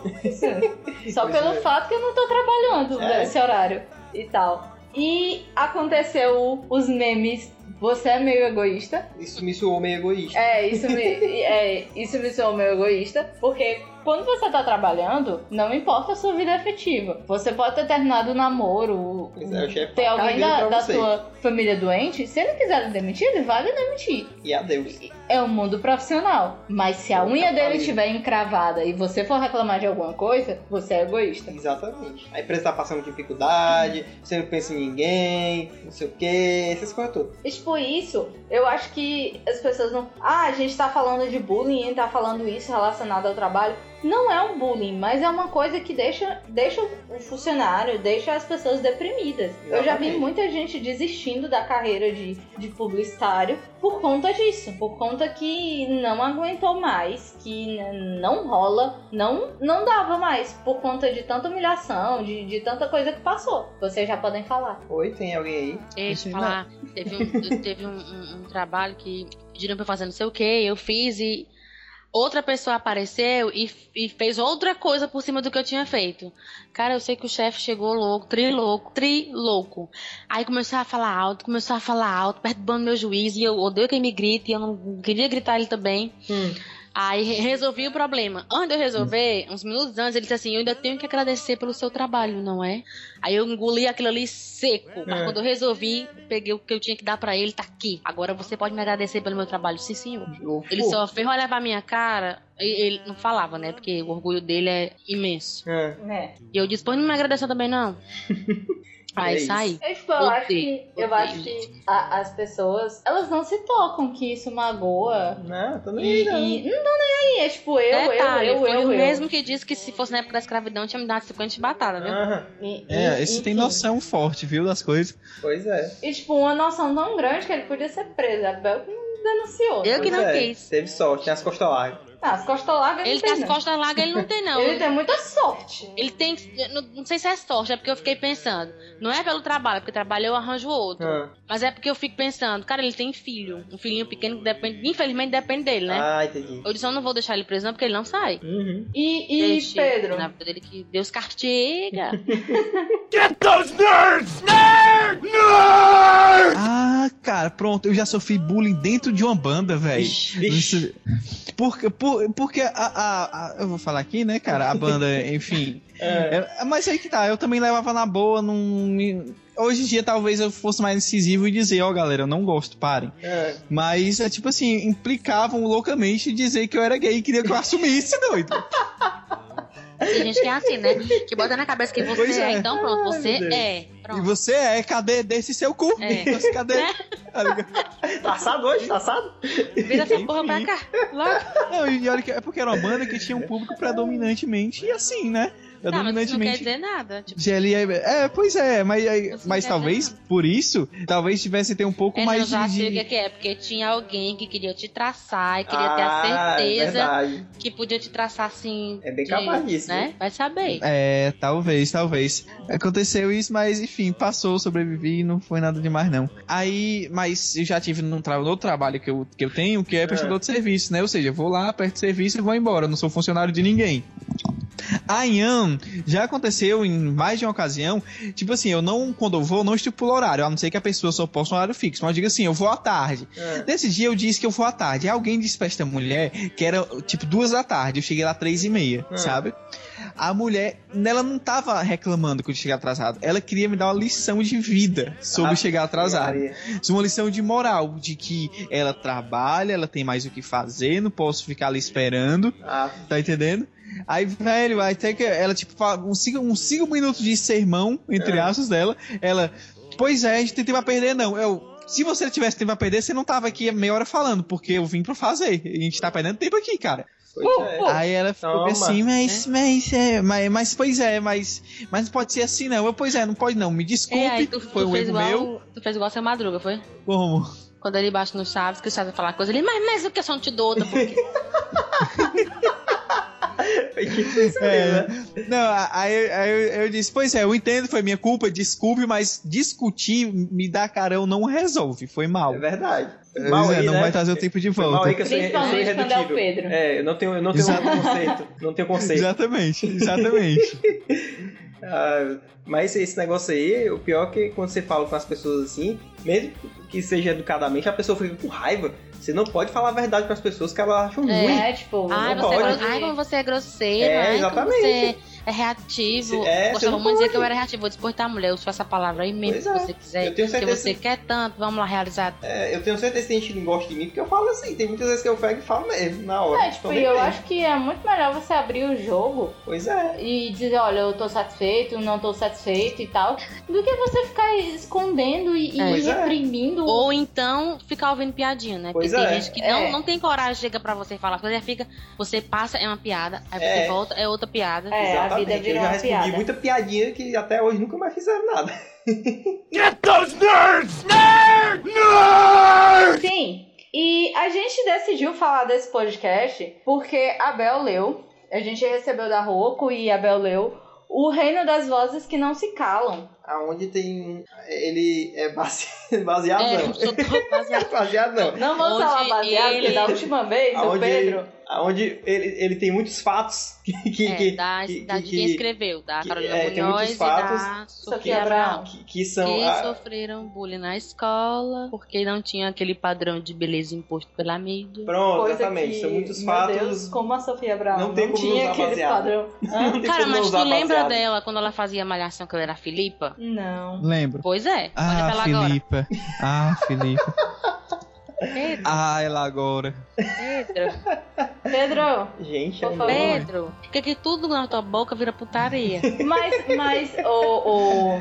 Só Pois pelo é. fato que eu não tô trabalhando É. nesse horário e tal. E aconteceu os memes. Você é meio egoísta. Isso me soou meio egoísta. É, isso me, *laughs* é, isso me soou meio egoísta, porque quando você tá trabalhando, não importa a sua vida afetiva. Você pode ter terminado o namoro, Pois é, o chefe ter tá alguém da, cagando pra da você. sua família doente. Se ele quiser lhe demitir, ele vai lhe demitir. E adeus. É um mundo profissional. Mas se a Eu unha dele falei. estiver encravada e você for reclamar de alguma coisa, você é egoísta. Exatamente. A empresa tá passando dificuldade, você não pensa em ninguém, não sei o quê, essas coisas todas. E, tipo, isso, eu acho que as pessoas não. Ah, a gente tá falando de bullying, tá falando isso relacionado ao trabalho. Não é um bullying, mas é uma coisa que deixa, deixa o funcionário, deixa as pessoas deprimidas. Eu já vi Exatamente. muita gente desistindo da carreira de, de publicitário por conta disso, por conta que não aguentou mais, que n- não rola, não, não dava mais, por conta de tanta humilhação, de, de tanta coisa que passou. Vocês já podem falar. Oi, tem alguém aí? Deixa eu Não. falar. Teve um, teve um, um- um trabalho que pediram pra eu fazer não sei o que, eu fiz e outra pessoa apareceu e, e fez outra coisa por cima do que eu tinha feito. Cara, eu sei que o chefe chegou louco, tri louco, tri louco. Aí começou a falar alto, começou a falar alto, perturbando meu juiz, e eu odeio quem me grita, e eu não queria gritar ele também. Hum. Aí re- resolvi o problema. Antes de eu resolver, uns minutos antes, ele disse assim: Eu ainda tenho que agradecer pelo seu trabalho, não é? Aí eu engoli aquilo ali seco. Mas É. quando eu resolvi, peguei o que eu tinha que dar pra ele, tá aqui. Agora você pode me agradecer pelo meu trabalho. Sim, senhor. Ô, Ele pô. só fez olhar pra minha cara. e- Ele não falava, né? Porque o orgulho dele é imenso. É. Né? E eu disse: Pô, não me agradeceu *laughs* também, não. É Aí isso. saí. É, tipo, eu Odeio, acho que, eu odeio, acho que a- as pessoas, elas não se tocam que isso magoa. Não, tô nem E, aí, não. e- não, não, nem aí. É tipo, eu, Detalhe, eu, eu, foi eu, o eu. mesmo que disse que se fosse na época da escravidão tinha me dado 50 de batata, viu? Aham, E- É, e- esse e- tem noção forte, viu, das coisas. Pois é. E, tipo, uma noção tão grande que ele podia ser preso. A Bel que não denunciou. Eu Pois que não é. quis. Teve sorte, tinha as costas largas. Ah, as costas largas Ele tá tem, tem as costas largas, ele não tem, não. Ele tem muita sorte. Ele tem. que- Não, não sei se é sorte, é porque eu fiquei pensando. Não é pelo trabalho, porque trabalho eu arranjo outro. Ah. Mas é porque eu fico pensando, cara, ele tem filho. Um filhinho pequeno que depende. Infelizmente depende dele, né? Ah, entendi. Eu disse, eu não vou deixar ele preso, não, porque ele não sai. Uhum. E, e Deixe Pedro? Na vida dele que Deus cartiga. Ah, cara, pronto, eu já sofri bullying dentro de uma banda, velho. Vixe. É Isso- Porque, por- porque a, a- a- Eu vou falar aqui, né, cara? A *laughs* banda, enfim. É. É, mas aí que tá, eu também levava na boa, não. me- Hoje em dia talvez eu fosse mais incisivo e dizer, ó, galera, eu não gosto, parem. É. Mas é tipo assim, implicavam loucamente dizer que eu era gay e queria que eu assumisse, doido. Tem gente que é assim, né? Que bota na cabeça que Pois você é. é. Então pronto, você Ah, meu Deus. é. E Pronto. você é, cadê desse seu cu? *laughs* É. Mas Cadê? Taçado Tá hoje, taçado? Vira essa porra pra cá. Logo. Não, e olha que é porque era uma banda que tinha um público predominantemente e assim, né? Não, mas isso não Predominantemente. quer dizer nada. Tipo, GLI é, pois é, mas, aí- Você mas quer talvez por isso, talvez tivesse ter um pouco é, não, mais já de. sei o de- que que é, porque tinha alguém que queria te traçar e queria Ah, ter a certeza É verdade. que podia te traçar assim. É bem de- capaz disso, né? Vai saber. É, talvez, talvez. Aconteceu isso, mas enfim, passou, sobrevivi e não foi nada demais, não. Aí, mas eu já tive num tra no outro trabalho que eu, que eu tenho, que é prestador de serviço, né? Ou seja, eu vou lá, aperto serviço e vou embora. Eu não sou funcionário de ninguém. A Ian já aconteceu em mais de uma ocasião. Tipo assim, eu não, quando eu vou, eu não estipulo horário, a não ser que a pessoa só possa um horário fixo. Mas diga assim, eu vou à tarde. É. Nesse dia eu disse que eu vou à tarde. Aí Alguém disse pra esta mulher que era tipo duas da tarde. Eu cheguei lá três e meia, Ah. sabe? A mulher, ela não tava reclamando que eu cheguei atrasado. Ela queria me dar uma lição de vida sobre Ah, chegar atrasado. Maria. Uma lição de moral, de que ela trabalha, ela tem mais o que fazer, não posso ficar ali esperando, Ah, tá entendendo? Aí, velho, até que ela, tipo, fala uns cinco, uns cinco minutos de sermão, entre É. Ah. aspas, dela. Ela, pois é, a gente tem tempo a perder, não. Eu, se você tivesse tempo a perder, você não tava aqui meia hora falando, porque eu vim pra fazer. A gente tá perdendo tempo aqui, cara. pois Uh, é. Aí ela ficou Toma. assim, mas, mas, é, mas, mas, pois é, mas, mas não pode ser assim, não. Eu, pois é, não pode não. Me desculpe, É, aí tu, tu foi um fez erro igual, meu. tu fez igual seu madruga, foi? Como? Quando ele baixa no Chaves, que o Chaves vai falar coisa, ele, mas, mas o que eu só não te dou *laughs* outra, porque Ah, É, né? não, a- aí, aí eu, eu disse, pois é, eu entendo, foi minha culpa, desculpe, mas discutir, me dar carão não resolve, foi mal. É verdade. Pois Mal é, aí, não né? vai trazer o tempo de Mal aí volta. que eu sou, eu sou Principalmente quando é o irredutível. Pedro. É, eu não tenho, eu não tenho Exato. conceito. Não tenho conceito. Exatamente, *laughs* exatamente. Ah, mas esse negócio aí, o pior é que quando você fala com as pessoas assim, mesmo que seja educadamente, a pessoa fica com raiva. Você não pode falar a verdade com as pessoas que elas acham É. ruim. É, tipo, ai, Não você é pode. gros- ai, como você é grosseiro, É, ai, como exatamente. você é reativo. Se- é, você Gostava não muito de dizer que eu era reativo, eu disse, pois tá, mulher, eu uso essa palavra aí mesmo, Pois se é. você quiser, Eu tenho porque certeza você quer tanto, vamos lá realizar. É, eu tenho certeza que a gente não gosta de mim, porque eu falo assim. Tem muitas vezes que eu pego e falo mesmo, na hora. É, Tô tipo, nem eu bem. acho que é muito melhor você abrir o jogo Pois é. e dizer, olha, eu tô satisfeito, não tô satisfeito e tal, do que você ficar escondendo e, e É. Pois é. reprimindo. Ou então ficar ouvindo piadinha, né? Porque Pois tem é, gente que é. não, não tem coragem, chega pra você falar coisa, aí fica, você passa, é uma piada, aí É. você volta, é outra piada. É, a Exatamente. vida eu virou já uma respondi piada. muita piadinha que até hoje nunca mais fizeram nada. Sim, e a gente decidiu falar desse podcast porque a Bel leu, a gente recebeu da Roco e a Bel leu O Reino das Vozes que Não Se Calam, aonde tem um. Ele é base- *laughs* baseado, É, não. sou *laughs* todo baseado. baseado não. Não vamos Onde falar baseado, ele- porque da última vez o Aonde ele- Pedro. Aonde ele, ele tem muitos fatos que. que, É, que- da, que- da de que- quem escreveu, da que- Carolina é, tem muitos Munhoz e fatos. da Sofia Sofia Abraão. Abraão. que- que são. que a- sofreram bullying na escola porque não tinha aquele padrão de beleza imposto pela mídia. Pronto, Coisa exatamente. que, São muitos meu fatos. Deus, como a Sofia Brown Não não, tem como tinha usar aquele baseado. padrão. Hã? Não tem Cara, como não mas usar tu lembra baseado. dela quando ela fazia malhação que ela era a Filipa? Não. Lembro. Pois é, olha Ah, pra ela agora. Filipa. Ah, Filipa. Pedro, Ah, ela agora. Pedro, Pedro, Gente, é Por eu não- favor. Pedro, porque que tudo na tua boca *laughs* vira putaria. mas, mas o, o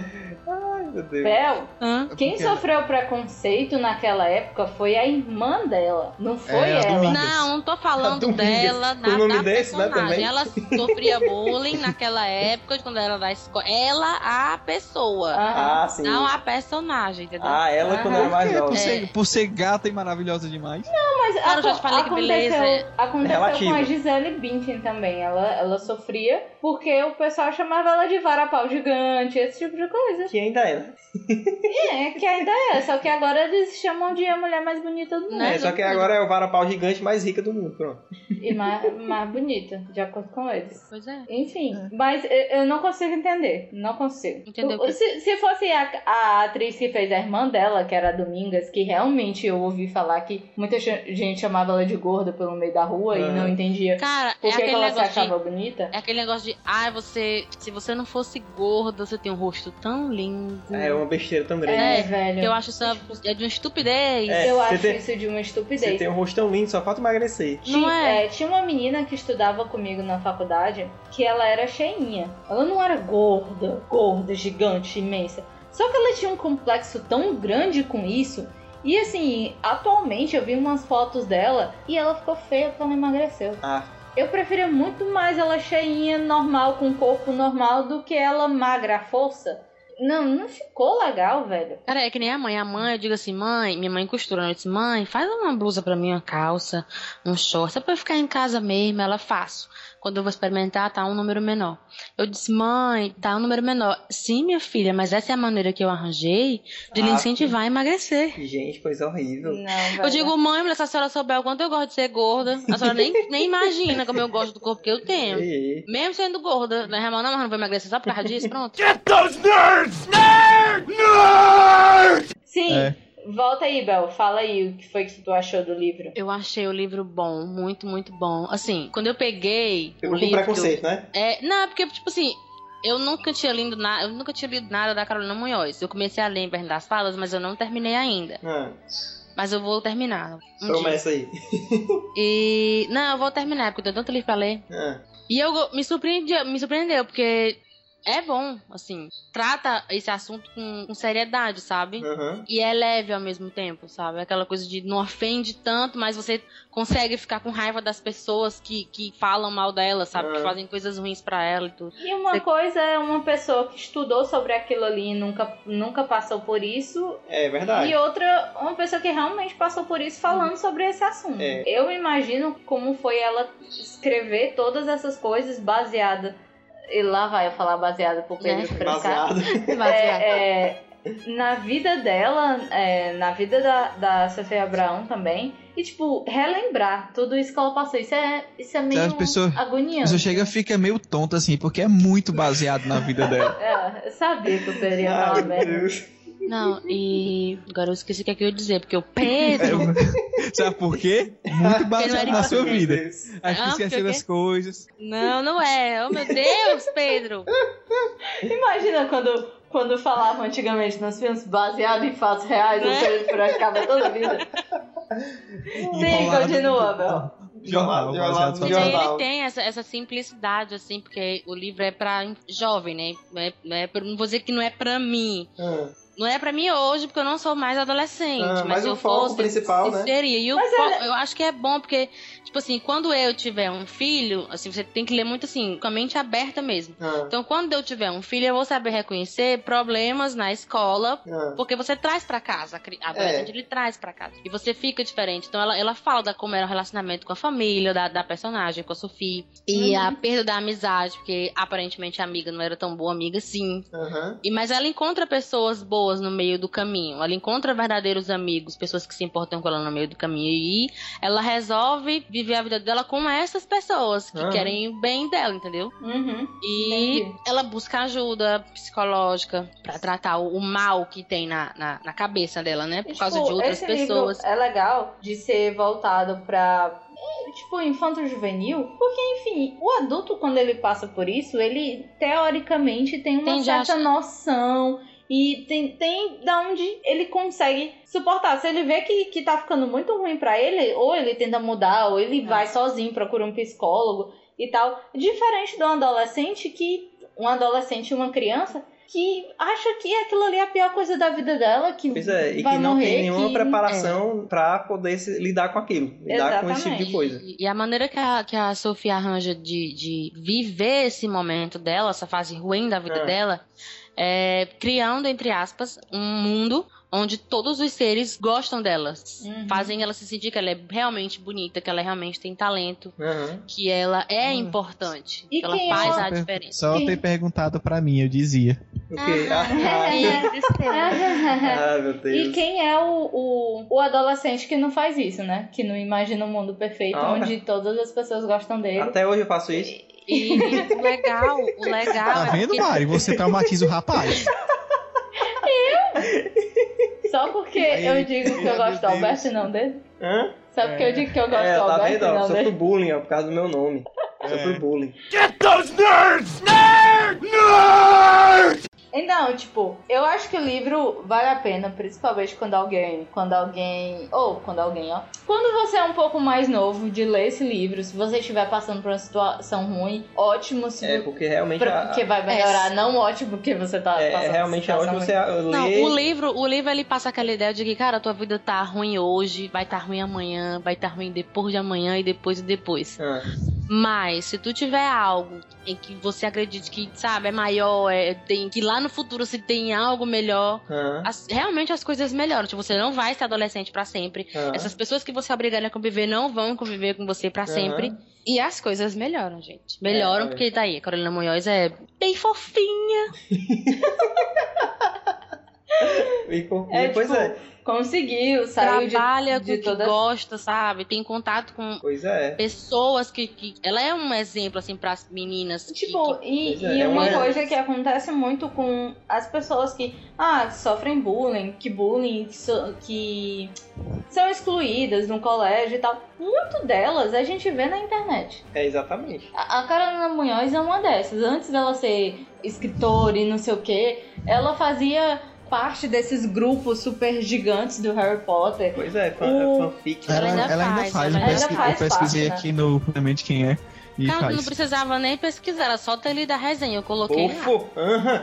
Ai, meu Deus. Bel, Hã? quem É Porque- sofreu preconceito naquela época foi a irmã dela, não foi É, a ela. Domingas. Não, não tô falando Domingas. dela, na, Tá O nome da desse, né, personagem. também? ela sofria bullying naquela época, de quando ela era da escola. Ela, a pessoa. Aham. Ah, sim. Não a personagem, entendeu? Ah, ela quando era mais É, nova. por, É. ser, por ser gata e maravilhosa demais. Mas Claro, já te falei que beleza é aconteceu relativa. com a Gisele Bündchen também. Ela, ela sofria porque o pessoal chamava ela de varapau gigante, esse tipo de coisa. Que ainda é. É, que ainda é, só que agora eles chamam de a mulher mais bonita do mundo. Né? é só que agora é o varapau gigante mais rica do mundo. Pronto. E mais, mais bonita, de acordo com eles. Pois é. Enfim, mas eu eu não consigo entender. Não consigo. Entendeu? O- Se, se fosse a, a atriz que fez a irmã dela, que era a Domingas, que realmente eu ouvi falar que muita cha- gente chamava ela de gorda pelo meio da rua e Ah. não entendia Cara, por é que, que aquele ela se negócio de- achava bonita. É aquele negócio de, ai, você. Se você não fosse gorda, você tem um rosto tão lindo. É uma besteira tão grande. É, Hum. É, velho. Eu acho isso uma- é de uma estupidez. É, eu você acho tem- isso de uma Você estupidez. tem um rosto tão lindo, só falta emagrecer. Tinha, Não é? é, tinha uma menina que estudava comigo na faculdade que ela era cheinha. Ela não era gorda, gorda, gigante, imensa. Só que ela tinha um complexo tão grande com isso. E assim, atualmente eu vi umas fotos dela e ela ficou feia porque ela emagreceu. Ah. Eu preferia muito mais ela cheinha, normal, com um corpo normal, do que ela magra à força. Não, não ficou legal, velho. Cara, é que nem a mãe. A mãe, eu digo assim, mãe, minha mãe costura. né? Eu disse, mãe, faz uma blusa pra mim, uma calça, um short, só pra eu ficar em casa mesmo. Ela faço. Quando eu vou experimentar, tá um número menor. Eu disse, mãe, tá um número menor. Sim, minha filha, mas essa é a maneira que eu arranjei de lhe Ah, É incentivar a emagrecer. Gente, coisa horrível. Não, velho. Eu digo, mãe, mas se a senhora souber o quanto eu gosto de ser gorda, a *laughs* senhora nem, nem imagina como eu gosto do corpo que eu tenho. Ei, ei. Mesmo sendo gorda, né, Ramon? Não, mas não vou emagrecer só por causa disso, pronto. Sim, É. volta aí, Bel. Fala aí o que foi que tu achou do livro. Eu achei o livro bom, muito, muito bom. Assim, quando eu peguei o Pegou com livro... preconceito, né? É, não, porque, tipo assim, eu nunca tinha lido nada, eu nunca tinha lido nada da Carolina Munhoz. Eu comecei a ler Inverno das Falas, mas eu não terminei ainda. Ah, Mas eu vou terminar. Um dia. promessa aí. E. Não, eu vou terminar, porque eu tenho tanto livro pra ler. Ah, E eu go- me surpreendi, me surpreendeu, porque é bom, assim, trata esse assunto com, com seriedade, sabe? aham. E é leve ao mesmo tempo, sabe? Aquela coisa de não ofende tanto, mas você consegue ficar com raiva das pessoas que, que falam mal dela, sabe? Que É. fazem coisas ruins pra ela e *laughs* tudo. E uma Você- coisa é uma pessoa que estudou sobre aquilo ali e nunca, nunca passou por isso. É verdade. E outra, uma pessoa que realmente passou por isso falando sobre esse assunto. É. Eu imagino como foi ela escrever todas essas coisas baseada. E lá vai eu falar baseada pro Pedro Né? frescar. Baseado. É, é, na vida dela, é, na vida da, da Sofia Abraão também. E, tipo, relembrar tudo isso que ela passou. Isso é, isso é meio As pessoas- A agoniante. pessoa chega e fica meio tonta, assim, porque é muito baseado na vida *laughs* dela. É, eu sabia que o Pedro ia Ai, falar Ah, né? meu merda. Deus. Não, e. Agora eu esqueci o que é que eu ia dizer, porque o *laughs* Pedro. É, Sabe por quê? Muito não baseado era na sua Meu vida. Deus. Aí fica Ah, porque esquecendo o quê? as coisas. Não, não é. Oh, meu Deus, *laughs* Pedro! Imagina quando, quando falavam antigamente nos filmes baseado em fatos reais, o Né? Pedro praticava toda a vida. Sim, Enrolado. continua, Bel. Jornal, Jornal, baseado Ele, na jornal. vida. ele tem essa, essa simplicidade, assim, porque o livro é pra jovem, né? Não, é, não, é pra- não vou dizer que não é pra mim, Ah, Não é pra mim hoje, porque eu não sou mais adolescente. Ah, mas mas se o eu foco fosse, principal, né? Seria. E o Mas foco, eu acho que é bom, porque, tipo assim, quando eu tiver um filho, assim, você tem que ler muito assim, com a mente aberta mesmo. Ah, Então, quando eu tiver um filho, eu vou saber reconhecer problemas na escola, ah. porque você traz pra casa, a cri- É. a adolescente ele traz pra casa. E você fica diferente. Então ela, ela fala da como era o relacionamento com a família, da, da personagem, com a Sophie. Uhum. E a perda da amizade, porque aparentemente a amiga não era tão boa amiga assim. Aham. E mas ela encontra pessoas boas no meio do caminho. Ela encontra verdadeiros amigos, pessoas que se importam com ela no meio do caminho. E ela resolve viver a vida dela com essas pessoas que Aham. querem o bem dela, entendeu? Uhum. E Ah. Entendi. ela busca ajuda psicológica pra tratar o o mal que tem na, na, na cabeça dela, né? Por E, causa tipo, de outras esse pessoas. Livro é legal de ser voltado pra. eh, Tipo, infanto-juvenil, porque, enfim, o adulto, quando ele passa por isso, ele teoricamente tem uma Tem já- certa noção e tem, tem da onde ele consegue suportar. Se ele vê que, que tá ficando muito ruim pra ele, ou ele tenta mudar, ou ele É. vai sozinho, procura um psicólogo e tal. Diferente de um adolescente que. Um adolescente e uma criança que acha que aquilo ali é a pior coisa da vida dela, que Pois é, e vai que não morrer, tem nenhuma que- é. preparação pra poder se- lidar com aquilo, lidar com esse tipo de Exatamente. coisa. E a maneira que a, que a Sofia arranja de, de viver esse momento dela, essa fase ruim da vida É. dela, é criando, entre aspas, um mundo onde todos os seres gostam delas. Uhum. Fazem ela se sentir que ela é realmente bonita, que ela realmente tem talento, Aham. que ela é Olha. importante, Uhum. E que ela quem faz é- a diferença. Só ter perguntado pra mim, eu dizia. Ok. *laughs* Ah, E é tristeza. ah, meu *laughs* E Deus. quem é o, o, o adolescente que não faz isso, né? Que não imagina um mundo perfeito Ah, olha. onde todas as pessoas gostam dele. Até hoje eu faço isso. E o legal, o legal Ah, Tá é vendo, que- Mari? Você traumatiza o rapaz. Só porque Aí, eu digo que eu meu gosto do Deus. Alberto e não dele. Hã? Só porque eu digo que eu gosto É, do tá Alberto e vendo? ó, não Sofro dele. bullying ó, por causa do meu nome. É. Sofro bullying. Então, tipo, eu acho que o livro vale a pena, principalmente quando alguém. Quando alguém. Ou quando alguém, ó. Quando você é um pouco mais novo de ler esse livro, se você estiver passando por uma situação ruim, ótimo. Se É, porque realmente pra- a- porque vai melhorar, não ótimo porque você tá é, passando por realmente situação hoje ruim. você lê. Não, o livro, o livro ele passa aquela ideia de que, cara, tua vida tá ruim hoje, vai tá ruim amanhã, vai tá ruim depois de amanhã e depois e depois. Ah, Mas se tu tiver algo em que você acredite que, sabe, é maior, é, tem que lá no futuro se tem algo melhor, ah, as- realmente as coisas melhoram. Tipo, você não vai ser adolescente pra sempre. É. ah. Essas pessoas que você obrigar a conviver não vão conviver com você pra Aham. sempre. E as coisas melhoram, gente. Melhoram É, porque daí a Carolina Munhoz é bem fofinha. E, por- É, pois tipo, é, Conseguiu, saiu de- trabalha de, com o que todas gosta, sabe? Tem contato com pois é. pessoas que, que- ela é um exemplo assim para meninas que- Tipo, e, Pois é, e é uma uma- coisa que acontece muito com as pessoas que ah, sofrem bullying, que bullying, que, so- que são excluídas no colégio e tal. Muito delas a gente vê na internet. É, exatamente. A, a Carolina Munhoz é uma dessas. Antes dela ser escritora e não sei o que, ela fazia parte desses grupos super gigantes do Harry Potter. Pois é, fan, O- fanfic. né? Ela Ela, ainda ela ainda faz, faz, ela eu, ainda pesqui- faz eu pesquisei parte, aqui no realmente quem é. E Cara, faz. não precisava nem pesquisar, era só ter lido a resenha, eu coloquei. lá. Fofo. Aham.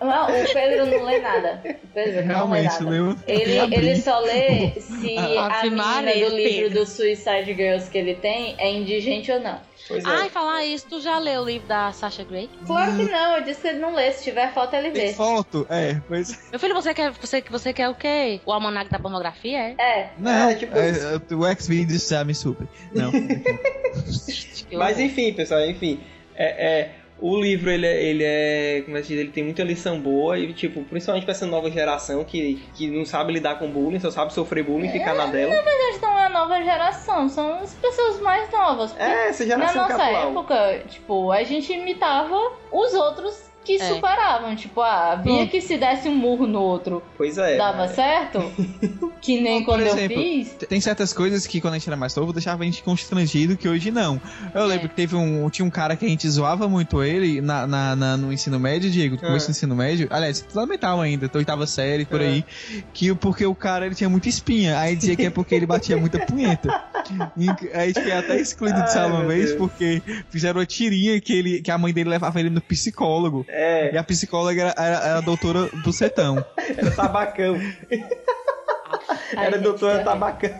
Não, o Pedro não lê nada. O Pedro não lê Realmente, né? nada. leu. Ele, ele só lê *laughs* se a, Ave menina Maria, do livro Pedro. do Suicide Girls que ele tem é indigente ou não. Pois é. Ai, falar isso, tu já leu o livro da Sasha Grey? Claro que não, eu disse que ele não lê. Se tiver foto, ele Tem vê. foto? É, pois. Meu filho, você quer, você, você quer o quê? O almanac da pornografia, é? É, Não, É, tipo é, é, o X-Videos já me super. Não. Que Mas horror. enfim, pessoal, enfim. É, é, o livro, ele, é- ele é. Como é que se diz? Ele tem muita lição boa. E, tipo, principalmente pra essa nova geração que, que não sabe lidar com bullying, só sabe sofrer bullying e ficar na dela. eles não é a nova geração, são as pessoas mais novas. porque É, essa Na geração nossa capital. época, tipo, a gente imitava os outros que É. superavam. Tipo, ah, via que se desse um murro no outro, Pois é. dava *laughs* certo? que nem Bom, por quando eu exemplo, fiz. Tem certas coisas que quando a gente era mais novo deixava a gente constrangido que hoje não. Eu É. lembro que teve um. Tinha um cara que a gente zoava muito ele na, na- na- no ensino médio, Diego, no começo Ah. do ensino médio. Aliás, fundamental ainda, tô oitava série por Ah. é aí. Que o- porque o cara ele tinha muita espinha. Aí dizia que é porque ele batia muita punheta. Inc- A gente foi até excluído Ai, de sala uma meu vez Deus. porque fizeram a tirinha que, ele, que a mãe dele levava ele no psicólogo. É, E a psicóloga era, era- era a doutora Bucetão. era tabacão. Ai, Era gente, doutora que tabacão.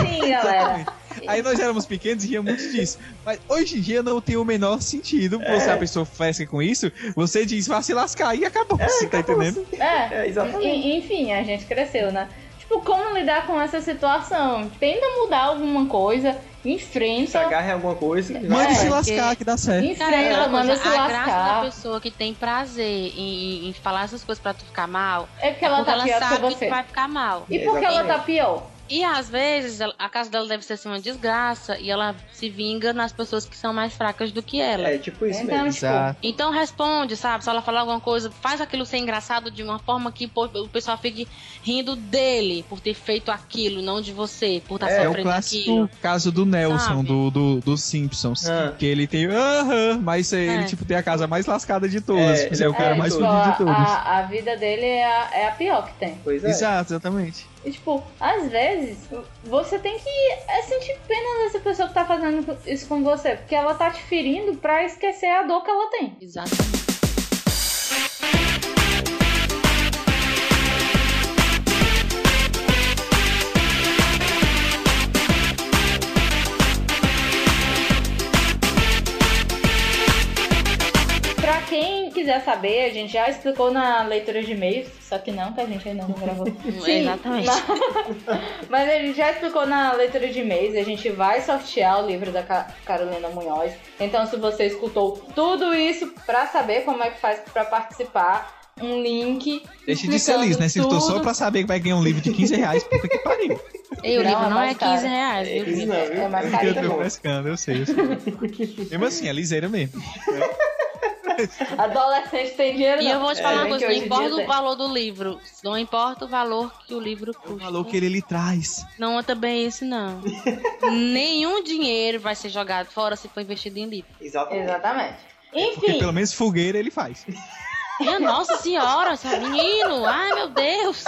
Sim, *laughs* galera. Aí nós éramos pequenos e ríamos disso. Mas hoje em dia não tem o menor sentido. Se a pessoa fresca com isso, você diz, vai se lascar e acabou. você tá entendendo? É. *laughs* É, exatamente. E- Enfim, a gente cresceu, né? Tipo, como lidar com essa situação? Tenta mudar alguma coisa, Se enfrenta, agarra em é alguma coisa. É. Manda se porque- lascar que dá certo. Cara, enfrenta, aquela manda coisa, se a graça da lascar. pessoa que tem prazer em, em- em falar essas coisas pra tu ficar mal, É porque ela porque tá ela pior que sabe que você. tu vai ficar mal. E porque ela tá pior? E às vezes ela- a casa dela deve ser assim, uma desgraça e ela se vinga nas pessoas que são mais fracas do que ela. É, tipo isso Então, mesmo. tipo, Exato. Então responde, sabe? Se ela falar alguma coisa, faz aquilo ser engraçado de uma forma que pô, o pessoal fique rindo dele por ter feito aquilo, não de você, por estar É, É o sofrendo clássico aquilo. caso do Nelson, Sabe? do, do, dos Simpsons. Ah. Que ele tem, aham, mas ele É. tipo, tem a casa mais lascada de todas. É, tipo, você é o ele cara é mais tipo, todo. fudido de a, todos. a, a vida dele é a, é a pior que tem. Pois é. Exato, exatamente. E, tipo, às vezes, você tem que é, sentir pena dessa pessoa que tá fazendo isso com você. Porque ela tá te ferindo pra esquecer a dor que ela tem. Exato. Pra quem quiser saber, a gente já explicou na leitura de e-mails, só que não, que a gente ainda não *laughs* gravou. é, Exatamente. Mas, *laughs* mas a gente já explicou na leitura de e-mails, a gente vai sortear o livro da Ca- Carolina Munhoz. Então, se você escutou tudo isso pra saber como é que faz pra participar, um link. Deixa de ser liso, né? Se eu tô só pra saber que vai ganhar um livro de 15 reais, puta que pariu. E o Não, livro não mas tá. é cara, 15 reais, viu? Eles não, viu? É mais Porque Aí eu tá tô bom. pescando, eu sei, eu sei. *laughs* Mesmo assim, é liseira mesmo. tudo. Adolescente tem dinheiro. E não. eu vou te É, falar uma bem que coisa, não hoje em importa dia o valor do livro, não importa o valor que o livro custa. É O valor que ele lhe traz. Não é também isso, *laughs* não. Nenhum dinheiro vai ser jogado fora se for investido em livro. tem. Exatamente. Exatamente. É, Porque Enfim, pelo menos fogueira ele faz. Minha nossa senhora, esse menino, ai meu Deus.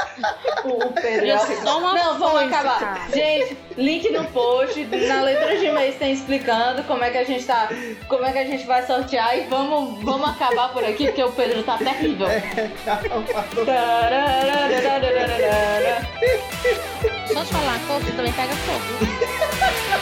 o o Pedro. Eu é sou horrível. uma Não, vamos foice, acabar. cara. Gente, link no post, na leitura de e-mails tem explicando como é que a gente tá, como é que a gente vai sortear e vamos, vamos acabar por aqui porque o Pedro tá terrível. Tararararararara. Só te falar, corpo também pega fogo.